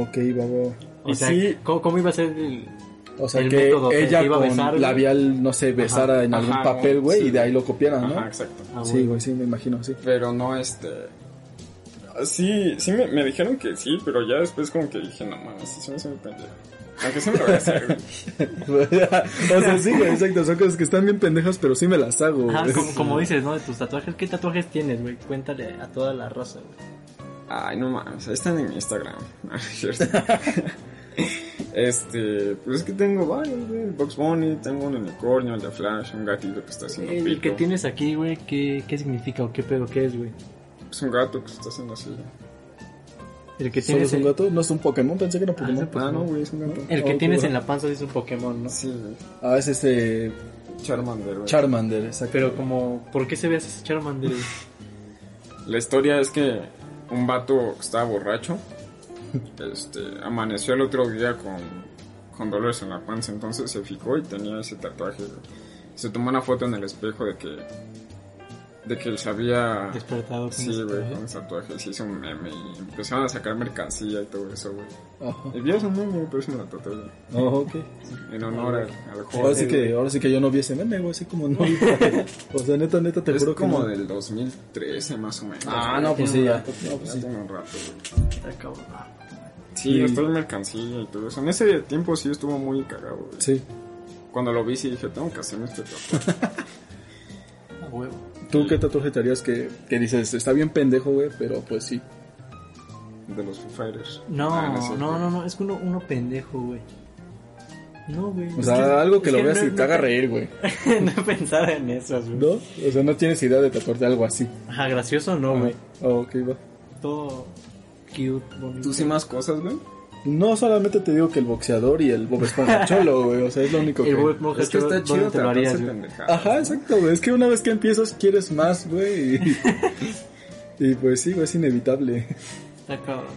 Ok, babo. O Y sea, sí, ¿cómo, cómo iba a ser el...? o sea el que método que ella te iba a con besar, güey. labial, no sé, besara en ajá, algún papel, güey, sí. y de ahí lo copiaran, ¿no? Ajá, exacto. Ah, sí, güey. güey, sí, me imagino, sí. Pero no, este... Sí, sí me, me dijeron que sí, pero ya después como que dije, no mames, sí se me hace muy pendejo. Aunque sí me lo voy a hacer, güey. [LAUGHS] o sea, sí, güey, exacto. Son cosas que están bien pendejas, pero sí me las hago, Ajá, güey. como, como dices, ¿no? De tus tatuajes. ¿Qué tatuajes tienes, güey? Cuéntale a toda la raza, güey. Ay, no mames, ahí están en mi Instagram. [LAUGHS] Ah, es [LAUGHS] cierto. este, pues es que tengo varios, güey. El Box Bunny, tengo un unicornio, el de Flash, un gatito que está haciendo El pico. que tienes aquí, güey, ¿qué, ¿qué significa o qué pedo que es, güey? Es un gato que está haciendo así. El que ¿Solo tienes... es un en- gato? ¿No es un Pokémon? Pensé que era un Ah, es un Pokémon. pues, Ah, no, güey, es un gato. El que Oh, tienes güey. en la panza es un Pokémon, ¿no? Sí, güey. Ah, es este Charmander, güey. Charmander, exacto. Pero como, ¿por qué se ve ese Charmander? güey? La historia es que un vato que estaba borracho. [LAUGHS] Este, amaneció el otro día con, con dolores en la panza, entonces se fijó y tenía ese tatuaje. güey. Se tomó una foto en el espejo de que de que él sabía Despertado con Sí, ese güey, tatuaje. con ese tatuaje se hizo un meme y empezaron a sacar mercancía y todo eso, güey. Ajá. Y vio ese meme, pero es una tatuaje. Oh, ok. En honor al, al juego. Ahora sí que, ahora sí que yo no vi ese meme, güey, así como no. o sea, neta, neta, te Es juro que como no. del 2013 más o menos. Ah, no, pues sí, ya. No, pues Ya sí. tiene un rato, güey. Está cabrón. Sí, Y- estoy en mercancía y todo eso. En ese tiempo sí estuvo muy cagado, güey. Sí. Cuando lo vi sí dije, tengo que hacerme este tatuaje. A huevo. ¿Tú qué tatuaje te harías que, que dices, está bien pendejo, güey, pero pues sí? de los Foo Fighters. No, Ah, es no, cierto. no, no, es que uno, uno pendejo, güey. No, güey. O es sea, algo que es lo veas no- y te haga no- reír, güey. [LAUGHS] no he pensado en eso, güey. ¿No? O sea, no tienes idea de tatuarte algo así. Ajá, gracioso no, güey. Ah, ok, va. Todo cute, bonito. ¿Tú sí más cosas, güey? No solamente te digo que el boxeador y el Bob [LAUGHS] Esponja cholo, güey. O sea, es lo único que. El Bob Esponja Es que cholo, está ¿dónde chido te lo harías, tratarse güey? pendejadas. Ajá, exacto, güey. Es que una vez que empiezas, quieres más, [LAUGHS] güey. Y, y pues sí, güey, es inevitable. Está cabrón.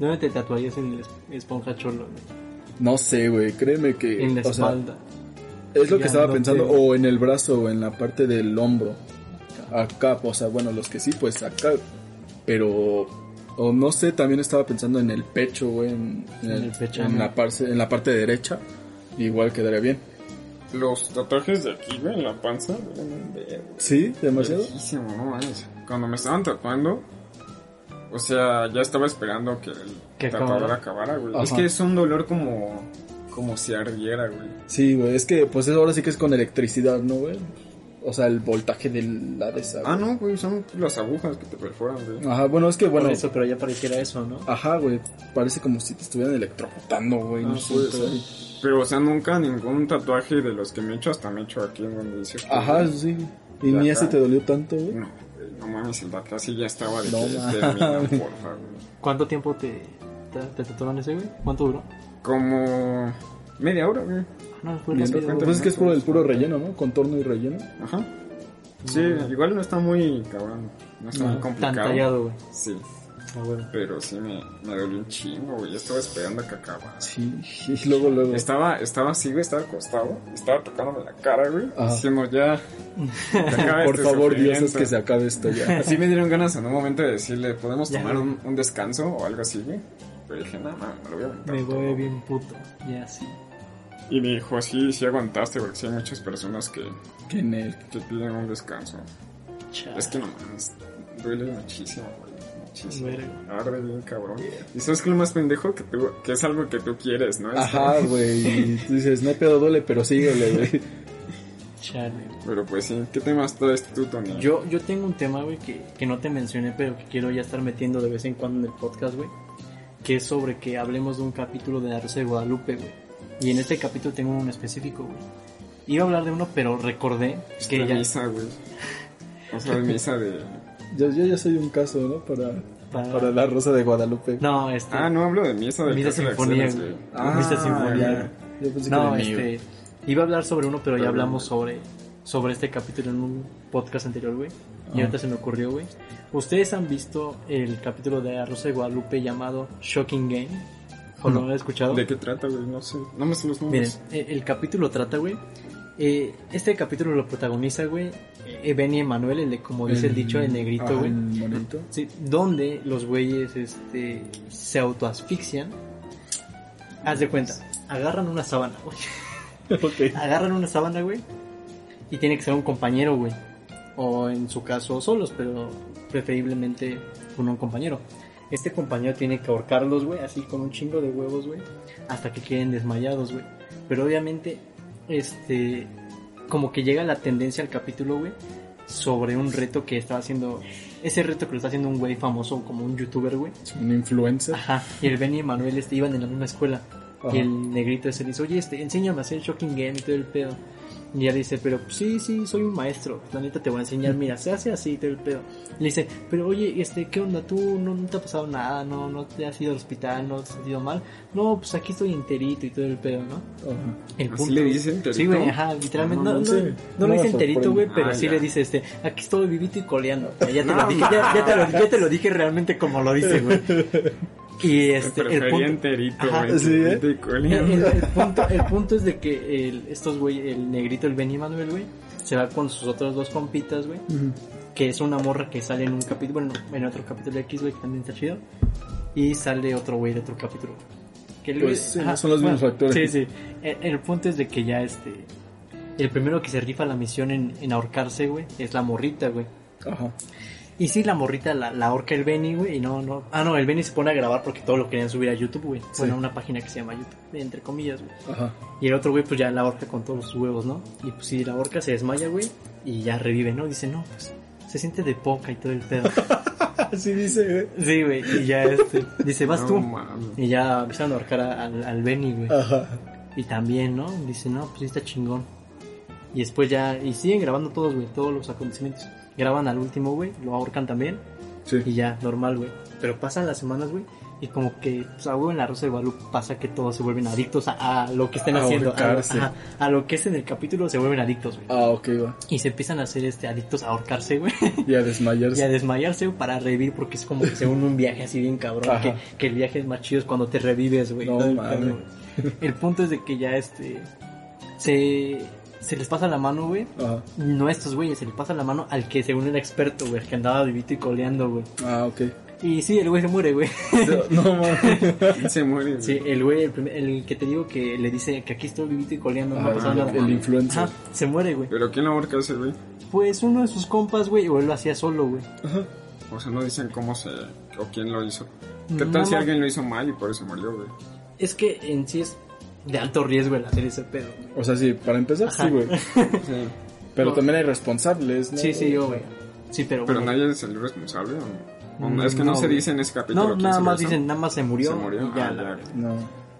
¿Dónde te tatuarías en el es- esponja cholo? güey? No sé, güey. Créeme que. En la o sea, espalda. es lo que Ya, estaba no pensando. creo. O en el brazo, o en la parte del hombro. Acá, o sea, bueno, los que sí, pues acá. Pero. O no sé, también estaba pensando en el pecho, güey. En, en En el- el pecho, en ajá. la, parte, en la parte derecha. Igual quedaría bien. Los tatuajes de aquí, güey, en la panza, güey, no, güey, ¿Sí? ¿Demasiado? viejísimo, no mames. Cuando me estaban tatuando, o sea, ya estaba esperando que el Que tatuador acabara. acabara, güey. Ajá. Es que es un dolor como, como si ardiera, güey. Sí, güey, es que pues eso ahora sí que es con electricidad, ¿no, güey? O sea, el voltaje de la de esa. Ah, güey. no, güey, son las agujas que te perforan, güey. Ajá, bueno, es que bueno. Por eso, pero ya pareciera eso, ¿no? Ajá, güey, parece como si te estuvieran electrocutando, güey. no Ah, sé, puede está ahí. ser. Pero, o sea, nunca ningún tatuaje de los que me he hecho hasta me he hecho aquí en donde dice. Ajá, sí. Y De ni acá. ese te dolió tanto, güey. No, güey, no mames, el de acá sí ya estaba de No que mames. termina, porfa, güey. ¿Cuánto tiempo te, te, te tatuaron ese, güey? ¿Cuánto duró? Como media hora, güey. Ah, No, fue Bien, rápido, güey. Pues es que es puro, el puro relleno, ¿no? Contorno y relleno. Ajá. Sí, igual no está muy cabrón. No está muy Tan complicado. tallado, güey. Sí, Ah, bueno. pero sí me, me dolió un chingo, güey. Yo estaba esperando a que acabara. Sí, y luego, luego. [LAUGHS] Este, Estaba, estaba así, güey, estaba acostado. Estaba tocándome la cara, güey. Ajá. Diciendo ya. que acabe [LAUGHS] Por este favor, Dios, es sufrimiento. que se acabe esto [LAUGHS] ya. Sí me dieron ganas en un momento de decirle, ¿podemos Ya, tomar güey. un, un descanso o algo así, güey? Pero dije, no, no, me lo voy a aventar. Me voy todo". bien puto. Ya, sí. Y me dijo, sí, sí aguantaste, porque sí hay muchas personas que, Que en el- que piden un descanso. Chale. Es que no mames, duele muchísimo, güey. Muchísimo. Verga. Arde bien, cabrón. Y sabes que lo más pendejo que tú, que es algo que tú quieres, Pues, ¿no? Es- Ajá, güey. y tú Dices, no hay pedo, duele, pero síguele, [LAUGHS] güey. Chale, güey. Pero pues sí, ¿qué temas traes tú, Tony? Yo, yo tengo un tema, güey, que, que no te mencioné, pero que quiero ya estar metiendo de vez en cuando en el podcast, güey. Que es sobre que hablemos de un capítulo de la Rosa de Guadalupe, güey. Y en este capítulo tengo uno específico, güey. Iba a hablar de uno, pero recordé Es que que ya... misa, güey. O [LAUGHS] sea, misa de... Yo, yo ya soy un caso, ¿no? Para, Para- para la Rosa de Guadalupe. No, este... Ah, no, hablo de misa de... Misa Casa de las Sinfonía, Estrellas, güey. güey. Ah, Misa Sinfonía, ya. güey. Yo pensé que No, de mí, güey. este. Iba a hablar sobre uno, pero ya Perdón. hablamos sobre, sobre este capítulo en un podcast anterior, güey. Y ahorita se me ocurrió, güey. ¿Ustedes han visto el capítulo de La Rosa de Guadalupe llamado Shocking Game? ¿O lo han escuchado? ¿De qué trata, güey? No sé. No me sé los Miren, nombres. eh, el capítulo trata, güey. eh, este capítulo lo protagoniza, güey, eh, Benny Emanuel, el de, como dice el dicho, el ajá, negrito, güey. el monito. Sí, donde los güeyes este, se autoasfixian. Haz de cuenta, agarran una sábana, güey. Ok. agarran una sábana, güey, y tiene que ser un compañero, güey. O en su caso solos, pero preferiblemente con un compañero. Este compañero tiene que ahorcarlos, güey, así con un chingo de huevos, güey, hasta que queden desmayados, güey. Pero obviamente, este, como que llega la tendencia al capítulo, güey, sobre un reto que estaba haciendo, ese reto que lo está haciendo un güey famoso, como un youtuber, güey. Es Un influencer. Ajá, y el Benny y Manuel este, iban en la misma escuela. Ajá. Y el negrito ese le dice, oye, este, enséñame a hacer shocking game y todo el pedo. Y ella le dice, pero pues, sí, sí, soy un maestro. La neta te voy a enseñar, mira, se hace así y todo el pedo. Le dice, pero oye, este, ¿qué onda? ¿Tú no, no te ha pasado nada? ¿No, no te has ido al hospital? ¿No te has sentido mal? No, pues aquí estoy enterito y todo el pedo, ¿no? Ajá. El ¿Así le dice enterito? Sí, güey, ajá, literalmente. No, no, en No, no, no, serio. no No lo me dice enterito, güey, pero sorprende. sí Ah, le ya. dice, este, aquí estoy vivito y coleando. O sea, Ya te, lo, dije, ya, ya te lo, ya te lo dije realmente como lo dice, güey. Y este, el Prefería punto, enterito, Ajá. güey. Sí, ¿eh? enterito y el, [LAUGHS] coleando. el- el punto, el punto es de que el, estos, güey, el negrito, el Benny Manuel, güey, se va con sus otros dos compitas, güey, que es una morra que sale en un capítulo, bueno, en otro capítulo de X, güey, que también está chido, y sale otro güey de otro capítulo. Que el Pues, güey- sí, son los mismos factores. Sí, sí. El, el punto es de que ya este. El primero que se rifa la misión en, en ahorcarse, güey, es la morrita, güey. Ajá. Y sí, la morrita la, la ahorca el Benny, güey, y no, no. Ah, no, el Benny se pone a grabar porque todo lo querían subir a YouTube, güey. Bueno, a una página que se llama YouTube, entre comillas, güey. [LAUGHS] Ajá. Y el otro güey, pues ya la ahorca con todos sus huevos, ¿no? Y pues sí, la ahorca se desmaya, güey, y ya revive, ¿no? Dice, no, pues se siente de poca y todo el pedo. Así dice, güey. sí, güey, y ya este. Dice, vas No tú. mames. Y ya empiezan a ahorcar a- al, al Benny, güey. Ajá. Y también, ¿no? Dice, no, pues sí está chingón. Y después ya, y siguen grabando todos, güey, todos los acontecimientos. Graban al último, güey, lo ahorcan también. Sí. Y ya, normal, güey. Pero pasan las semanas, güey, y Y como que, o sea, güey, en la Rosa de Guadalupe pasa que todos se vuelven adictos a, a lo que estén A haciendo. A, ahorcarse. ajá, a lo que es en el capítulo se vuelven adictos, güey. Ah, ok, va. Y se empiezan a hacer este adictos a ahorcarse, güey. Y a Y a desmayarse. desmayarse güey, para revivir, porque es como que se une un viaje así bien cabrón. Ajá. Que, que el viaje es más chido es cuando te revives, güey. No Todo el mames. pedo, güey. El punto es de que ya este. Se, se les pasa la mano, güey. Ajá. No a estos güeyes, se les pasa la mano al que según era experto, güey, que andaba vivito y coleando, güey. Ah, ok. Y sí, el güey se muere, güey. No mames. Se muere. [LAUGHS] Sí, el güey, el, primer- el que te digo que le dice que aquí estoy vivito y coleando, no me ha Ah, pasado el- nada. el influencer. Ajá, se muere, güey. Pero ¿quién la ahorca ese güey? Pues uno de sus compas, güey, o él lo hacía solo, güey. O sea, no dicen cómo se. o quién lo hizo. ¿Qué No, tal si no. alguien lo hizo mal y por eso murió, güey? Es que en sí es de alto riesgo el hacer ese pedo, güey. O sea, sí, para empezar, Ajá. sí, güey. [LAUGHS] Sí. Pero No. también hay responsables, ¿no? Sí, sí, yo, güey. Sí, pero, Pero bueno. nadie es el responsable, ¿o no? ¿O no? Mm, Es que no, no, se güey. dice en ese capítulo. No, quién nada se más besó. dicen, nada más se murió. Se murió. Y, ya, Ah, la ya. verga. No.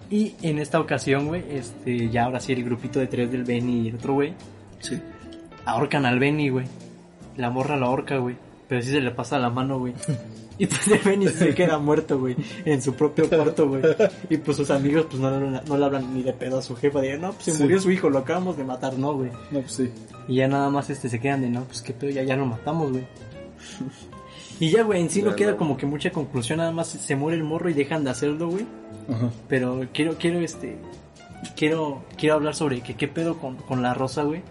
Y en esta ocasión, güey, este, ya ahora sí el grupito de tres del Benny y el otro, güey, Sí. ahorcan al Benny, güey. La morra la ahorca, güey. Pero sí se le pasa la mano, [LAUGHS] güey. Y pues el Benny se queda muerto, güey. En su propio cuarto, güey. Y pues sus amigos, pues no, le hablan- no le hablan ni de pedo a su jefa. Digan, no, pues se Sí. murió su hijo, lo acabamos de matar, no, güey. No, pues sí. Y ya nada más este se quedan de, no, pues qué pedo, ya, ya lo matamos, güey. Y ya, güey, en sí no Ya, queda no. como que mucha conclusión, nada más se muere el morro y dejan de hacerlo, güey. Ajá. Pero quiero, quiero, este, quiero, quiero hablar sobre que qué pedo con, con la rosa, güey.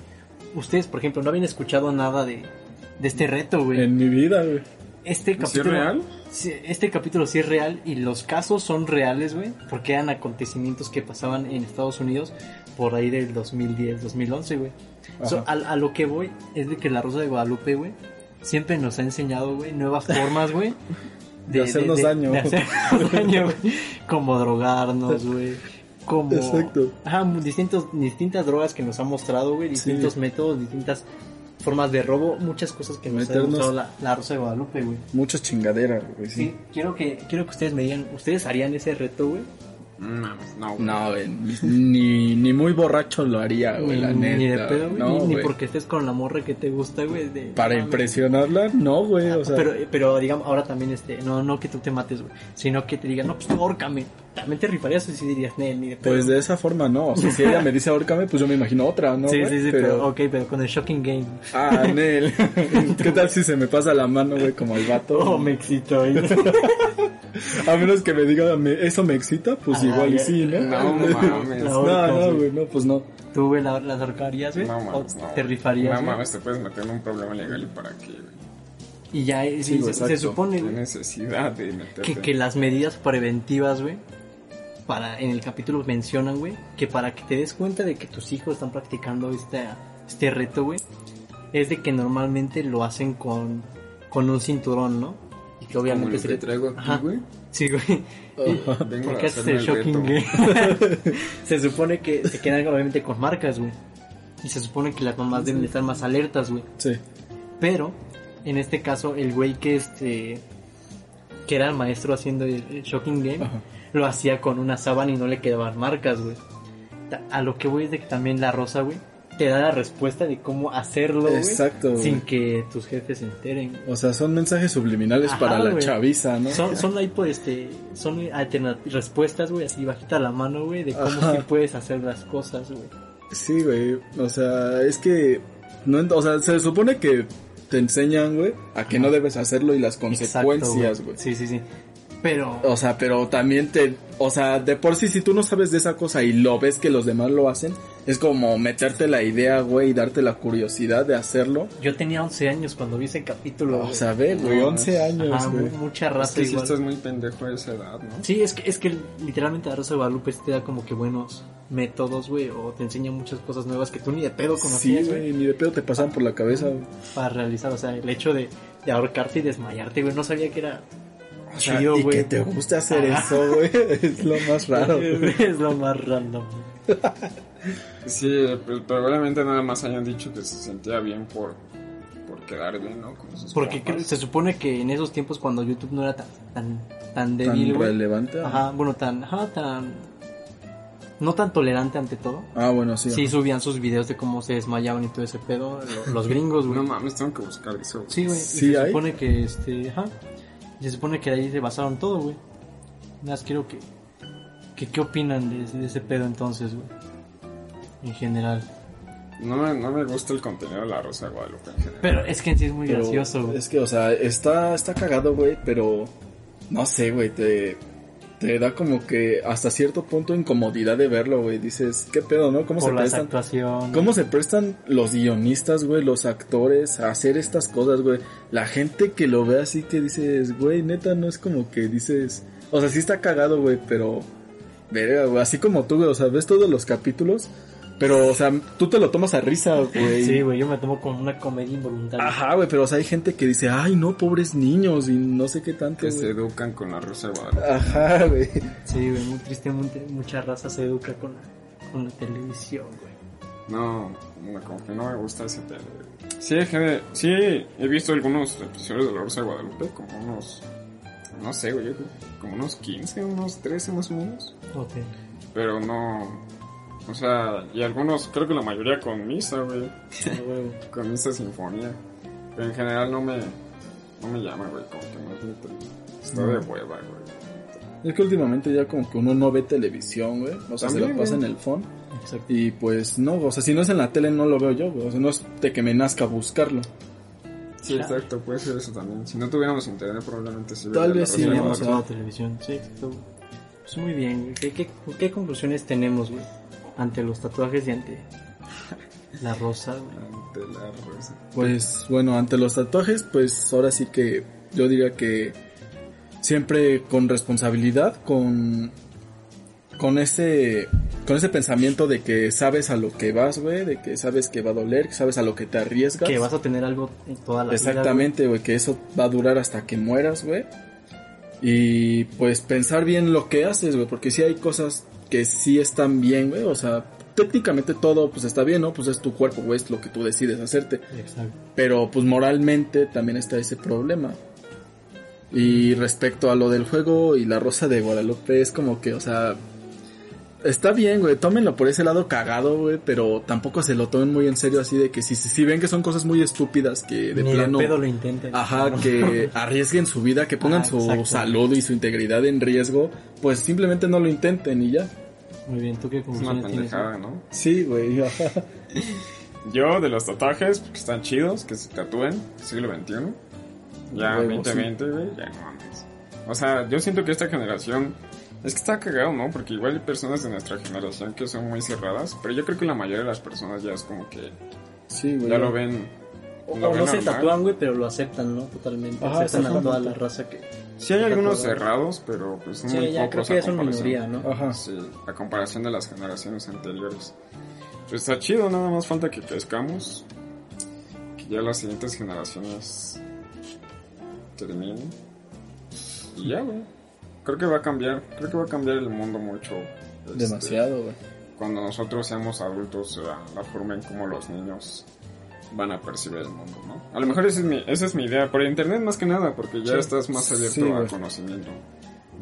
Ustedes, por ejemplo, no habían escuchado nada de, de este reto, güey. En mi vida, güey. ¿Sí Este es capítulo, real? sí, este capítulo sí es real y los casos son reales, güey, porque eran acontecimientos que pasaban en Estados Unidos por ahí del 2010, 2011, güey. Ajá. So, a, a lo que voy es de que la Rosa de Guadalupe, güey, siempre nos ha enseñado, güey, nuevas formas, güey. [LAUGHS] De hacernos daño. [LAUGHS] De hacernos daño, güey. Como drogarnos, güey. Como... Exacto. Ajá, mu- distintos, distintas drogas que nos ha mostrado, güey. Distintos Sí. métodos, distintas formas de robo. Muchas cosas que nos ha Meternos- mostrado la, la Rosa de Guadalupe, güey. Mucha chingadera, güey. Sí, Sí. quiero que quiero que ustedes me digan, ¿ustedes harían ese reto, güey? Mm, mames, No, güey. No, güey. Ni, ni muy borracho lo haría, Ah, güey, la neta. ni de pedo, güey, No, ni- ni, güey. porque estés con la morra que te gusta, güey. de- Para mames. impresionarla, no, güey. Ah, O sea, pero, pero digamos, ahora también, este, no, no que tú te mates, güey, sino que te digan, no, pues tú ahórcame. También te rifarías y sí dirías, "Nee, ni de pedo". pues de esa forma no. O sea, si ella me dice ahorcame, pues yo me imagino otra, ¿no? sí, güey? sí, sí, pero... ok, pero con el Shocking Game. Ah, [LAUGHS] Nel. ¿Qué tal si se me pasa la mano, güey, como el vato? Oh, me excitó. güey. [LAUGHS] A menos que me diga, "Me- eso me excita, pues Ah, igual y ya. [LAUGHS] sí, ¿no? No mames. No, No, No, no, güey, no, pues no. ¿Tú, güey, la- las ahorcarías, güey? ¿eh? ¿O mames. No, te rifarías, No güey? mames, te puedes meter en un problema legal y para qué, güey. Y ya, eh, sí, güey, se, se exacto. supone, Qué güey, necesidad de meterte. que, que las medidas preventivas, güey, para, en el capítulo mencionan, güey, que para que te des cuenta de que tus hijos están practicando este, este reto, güey, es de que normalmente lo hacen con, con un cinturón, ¿no? Y que Como obviamente el se que le- traigo aquí, Ajá. güey. Sí, güey. [LAUGHS] Vengo Porque a haces el hacerme el shocking reto. [LAUGHS] game. [LAUGHS] se supone que se quedan obviamente con marcas, güey. Y se supone que las mamás deben de estar más alertas, güey. Sí. Pero, en este caso, el güey que este. que era el maestro haciendo el, el Shocking Game, Ajá. lo hacía con una sábana y no le quedaban marcas, güey. Ta- A lo que voy es de que también la rosa, güey, te da la respuesta de cómo hacerlo, güey. Exacto, güey. Sin que tus jefes se enteren. güey. O sea, son mensajes subliminales Ajá, para la güey. chaviza, ¿no? Son, son ahí, pues, este, son alterna- respuestas, güey, así bajita la mano, güey, de cómo Ajá. sí puedes hacer las cosas, güey. Sí, güey. O sea, es que. No, ent- o sea, se supone que te enseñan, güey, a que no debes hacerlo y las Exacto, consecuencias, güey. Sí, sí, sí. Pero, O sea, pero también te. O sea, de por sí, si tú no sabes de esa cosa y lo ves que los demás lo hacen, es como meterte la idea, güey, y darte la curiosidad de hacerlo. yo tenía 11 años cuando vi ese capítulo, O güey. sea, ve, güey, No, 11 años, Ajá, güey. mu- mucha Es raza que si igual. estás muy pendejo a esa edad, ¿no? Sí, es que, es que literalmente la Rosa de Guadalupe sí te da como que buenos métodos, güey, o te enseña muchas cosas nuevas que tú ni de pedo Sí, conocías, güey, güey, ni de pedo te pasan por la cabeza, güey. para realizar, o sea, el hecho de, de ahorcarte y desmayarte, güey, no sabía que era O sea, chido, Ah, y güey. que te guste hacer Ah. eso, güey, [LAUGHS] es lo más raro. güey. [LAUGHS] es lo más random. güey. Sí, pues, probablemente nada más hayan dicho que se sentía bien por, por quedar bien, ¿no? Con sus Porque creo- compas. se supone que en esos tiempos cuando YouTube no era tan tan, tan débil, Tan güey. relevante. Ajá, bueno, tan, ajá, tan no tan tolerante ante todo. Ah, bueno, sí. Sí ajá. subían sus videos de cómo se desmayaban y todo ese pedo, [LAUGHS] lo- los gringos, güey. No mames, tengo que buscar eso. Sí, güey. y Sí se hay. supone que este, ajá. Se supone que de ahí se basaron todo, güey. Nada más quiero que, que. ¿Qué opinan de, de ese pedo entonces, güey? En general. No me, no me gusta el contenido de la Rosa de Guadalupe en general. Pero es que en sí es muy Pero gracioso, güey. Es que, o sea, está, está cagado, güey, pero no sé, güey, te, te da como que hasta cierto punto incomodidad de verlo, güey. Dices, ¿qué pedo, no? ¿Cómo Por se las prestan? actuaciones. ¿Cómo se prestan los guionistas, güey, los actores a hacer estas cosas, güey? La gente que lo ve así que dices, güey, neta, no es como que dices... O sea, sí está cagado, güey, pero... Verga, güey, así como tú, güey, o sea, ves todos los capítulos, pero, o sea, tú te lo tomas a risa, güey. Sí, güey, yo me tomo como una comedia involuntaria. Ajá, güey, pero o sea, hay gente que dice, ay, no, pobres niños y no sé qué tanto. que se güey. educan con la Rosa de Guadalupe. Ajá, güey. Sí, güey, muy triste, muy tri- mucha raza se educa con la, con la televisión, güey. No, no, como que no me gusta ese tele. Sí, dejé de- sí, he visto algunos episodios de La Rosa de Guadalupe, como unos, no sé, güey, yo creo, como unos 15, unos 13 más o menos. [LAUGHS] Ok. Pero no, o sea, y algunos, creo que la mayoría con misa, güey, con misa sinfonía. Pero en general no me, no me llama, güey, como que no es mi tele. Está de hueva, güey. Es que últimamente ya como que uno no ve televisión, güey. O sea, se También, la pasa güey. en el phone. Exacto. Y pues no, o sea, si no es en la tele no lo veo yo, güey. O sea, no es de que me nazca buscarlo. Sí, exacto, puede ser eso también. Si no tuviéramos internet, probablemente sí. Tal vería La vez Rosa sí, de ¿no? Teníamos Guadalupe. o sea. la televisión, sí, exacto. güey. Pues muy bien, güey. ¿Qué, qué, qué conclusiones tenemos, güey? Ante los tatuajes y ante la rosa, güey. Ante la Rosa. Pues bueno, ante los tatuajes, pues ahora sí que yo diría que siempre con responsabilidad, con con ese con ese pensamiento de que sabes a lo que vas, güey, de que sabes que va a doler, que sabes a lo que te arriesgas. Que vas a tener algo en toda la vida, Exactamente, güey, que eso va a durar hasta que mueras, güey. Y pues pensar bien lo que haces, güey, porque sí hay cosas que sí están bien, güey, o sea, técnicamente todo pues está bien, ¿no? Pues es tu cuerpo, güey, es lo que tú decides hacerte, güey. Exacto. pero pues moralmente también está ese problema. Y respecto a lo del juego y la rosa de Guadalupe es como que, o sea, está bien, güey, tómenlo por ese lado cagado, güey, pero tampoco se lo tomen muy en serio así de que si, si, si ven que son cosas muy estúpidas que de Ni plano... de pedo lo intenten. Ajá, que arriesguen su vida, que pongan Ah, su exacto. salud y su integridad en riesgo, pues simplemente no lo intenten y ya. Muy bien, ¿tú qué Es una conclusiones tienes? güey? pendejada, ¿no? Sí, güey. [LAUGHS] Yo, de los tatuajes, porque están chidos, que se tatúen, siglo XXI. Ya Huevo, 2020, güey, ya no mames. O sea, yo siento que esta generación. Es que está cagado, ¿no? Porque igual hay personas de nuestra generación que son muy cerradas, pero yo creo que la mayoría de las personas ya es como que Sí, güey. ya lo ven. O, lo o ven no se normal. tatúan, güey, pero lo aceptan, ¿no? Totalmente. Ajá, aceptan a toda exactamente. la raza que... Sí, hay algunos Tatuadas. cerrados, pero pues son muy Sí, ya creo pocos que a es una comparación. minoría, ¿no? Ajá. Sí, a comparación de las generaciones anteriores. Pues está chido, nada más falta que crezcamos. Que ya las siguientes generaciones terminen. Y ya, güey. Creo que va a cambiar, creo que va a cambiar el mundo mucho. este, Demasiado, güey. Cuando nosotros seamos adultos, será la forma en cómo los niños van a percibir el mundo, ¿no? A lo mejor esa es mi, esa es mi idea, por internet más que nada, porque ya Sí. estás más abierto Sí, al güey. conocimiento.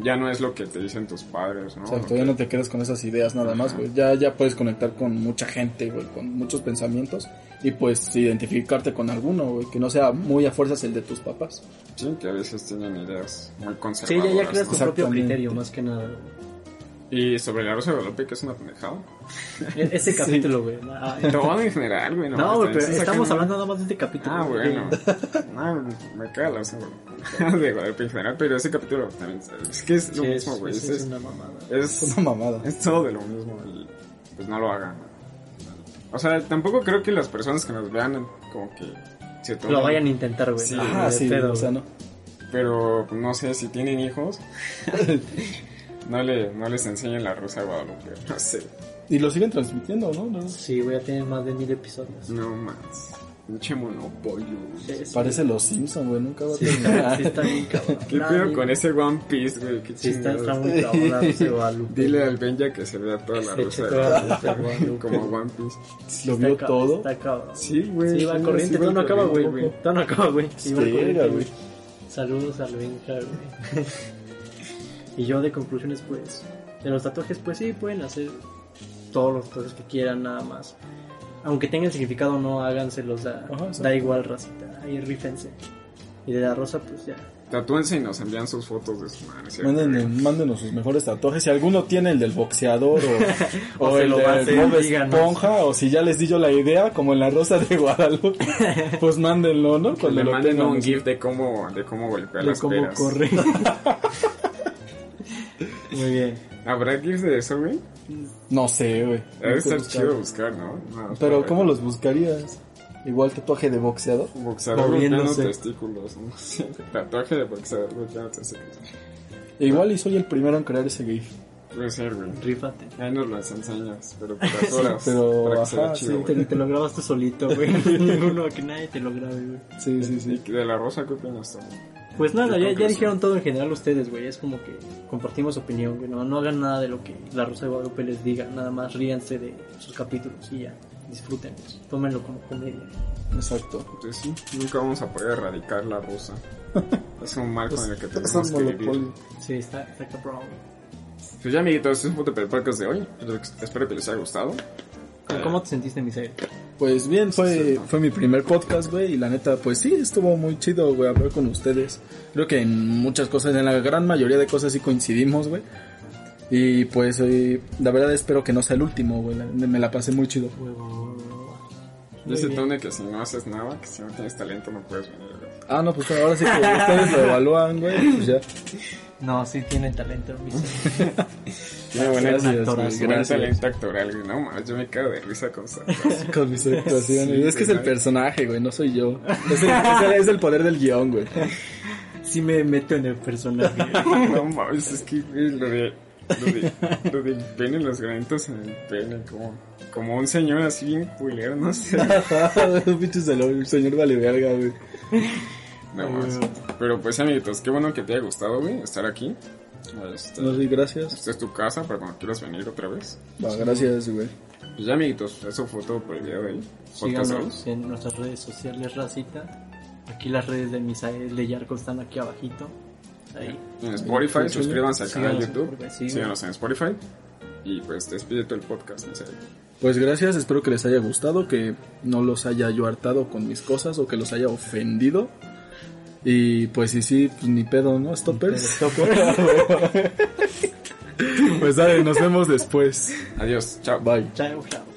Ya no es lo que te dicen tus padres, ¿no? O sea, Lo todavía que- no te quedas con esas ideas nada más, güey. Ya, ya puedes conectar con mucha gente, güey, con muchos pensamientos y pues identificarte con alguno, güey, que no sea muy a fuerzas el de tus papás. Sí, que a veces tienen ideas muy Sí, ya, conservadoras. ya creas tu ¿no? propio Exactamente. criterio, más que nada. güey. Y sobre la Rosa de Guadalupe, que es una pendejada. E- Ese capítulo, güey. Ah, Todo [LAUGHS] en general, güey. No, güey, pero estás estamos sacando- hablando nada más de este capítulo. Ah, güey. bueno. [LAUGHS] no, me caga la Rosa de Guadalupe. de Guadalupe en general, pero ese capítulo también. Es que es lo Sí, es- mismo, güey. es- Es, es es, una mamada. Es una mamada. es todo de lo mismo. y, pues no lo hagan. O sea, tampoco creo que las personas que nos vean, como que se tomen. Lo vayan a intentar, güey. Sí, No, Ajá, de sí, pedo, o sea, güey. no. Pero pues, no sé si tienen hijos. [LAUGHS] no, le, no les enseñen la Rosa de Guadalupe. No sé. Y lo siguen transmitiendo, ¿no? No. Sí, güey, ya tienen más de mil episodios. No más. Pinche monopolio. Es- Parece los Simpsons, güey, nunca va a Sí, terminar. sí está bien cabrón. ¿Qué No, pedo ni- con ese One Piece, güey? Qué Sí, está, está chingados. muy cabrón la Rosa de Guadalupe. Dile al Benja que se vea toda Que la se rosa eche de toda la Guadalupe, Rosa de [LAUGHS] Guadalupe. Como One Piece. Lo Está vio ca- todo. Está cabrón. Sí, güey. Sí, va al corriente, va todo al no acaba, güey. corriente, Todo no acaba, güey. Sí, va al Verga, corriente, güey. güey. Saludos al Benja, güey. [LAUGHS] y yo de conclusiones, pues, de los tatuajes, pues sí, pueden hacer todos los tatuajes que quieran, nada más. Aunque tengan significado o no, háganselos, da, Ajá, exacto. da igual, racita. Ahí rífense. Y de la rosa, pues ya. Tatúense y nos envían sus fotos de su madre. ¿sí? Mándenle- mándenos sus mejores tatuajes. Si alguno tiene el del boxeador [LAUGHS] o, O se el lo va a hacer, Bob díganos. Esponja, o si ya les di yo la idea, como en la Rosa [LAUGHS] de Guadalupe, pues mándenlo, ¿no? Que le lo manden tengan, este, un sí. gif de cómo, de cómo golpear De las cómo peras. [LAUGHS] corre. Muy bien. ¿Habrá gifs de eso, güey? No sé, güey. Debe No sé estar buscar. chido buscar, ¿no? Nada más Pero para ¿cómo ver. los buscarías? Igual tatuaje de boxeador. Boxeador golpeando Moviéndose. testículos. ¿no? [LAUGHS] Tatuaje de boxeador golpeando testículos. Igual y soy el primero en crear ese gif. Puede ser, güey. Rífate. Ahí nos las enseñas, pero [LAUGHS] por las horas. pero, para que se vea ajá, chido, sí, güey. Te, te lo grabas tú solito, güey. [LAUGHS] Ninguno, que nadie te lo grabe, güey. Sí, sí, sí. ¿Y de la rosa qué opinas tú? Pues nada, Yo creo ya, que ya sí. dijeron todo en general ustedes, güey. Es como que compartimos opinión, güey. No, no hagan nada de lo que la Rosa de Guadalupe les diga. Nada más ríanse de sus capítulos y ya. Disfruten, pues. Tómenlo como comedia. Este, Exacto. Entonces sí, nunca vamos a poder erradicar la [LAUGHS] rosa. es un mal con el que Es un tenemos que vivir. monopolio. Sí, está, está cabrón, güey. Pues ya, amiguitos, este es un Potterpel Podcast de hoy. Pues, Espero que les haya gustado. Eh. ¿Cómo te sentiste, Misael? Pues bien, fue, fue mi primer podcast, güey, y la neta, pues sí, estuvo muy chido, güey, hablar con ustedes. Creo que en muchas cosas, en la gran mayoría de cosas sí coincidimos, güey. Y pues, eh, la verdad espero que no sea el último, güey, la- me la pasé muy chido. Huevo. Dice Tony que si no haces nada, que si no tienes talento no puedes venir. güey. Ah, no, pues ahora sí que ustedes lo evalúan, güey, pues ya. [LAUGHS] No, sí tiene talento, Misael. [LAUGHS] Tiene buena Gracias, actitud, güey, buen gracias. talento actoral, güey. No mames, yo me cago de risa con esa [LAUGHS] cosa. Con mis actuaciones. Sí, es que es el güey. personaje, güey, no soy [LAUGHS] yo. Es el, es el- es el poder del guión, güey. Sí me meto en el [LAUGHS] personaje. No mames, es que güey, lo de. Lo de, lo del pene, los granitos en el pene, como, como un señor así bien culero, no sé. [LAUGHS] Pinches de lo- señor vale verga, güey. No mames. Ay, Pero pues, amiguitos, qué bueno que te haya gustado, güey, estar aquí. Este, No, sí, gracias. esta es tu casa para cuando quieras venir otra vez. Va, gracias, güey. Pues ya, amiguitos, eso fue todo por el video de hoy. Podcast Síganos en nuestras redes sociales, Racita. Aquí las redes de Misael de Yarko están aquí abajito. Ahí. en Spotify, suscríbanse al canal de Síganos en YouTube, Spotify, sí, güey. síganos en Spotify. Y pues despide todo el podcast, en serio. Pues gracias, espero que les haya gustado, que no los haya yo hartado con mis cosas o que los haya ofendido. Y pues sí, sí, pues ni pedo, ¿no? [LAUGHS] Stoppers. [LAUGHS] pues dale, nos vemos después. Adiós, chao. Bye. Chao, chao.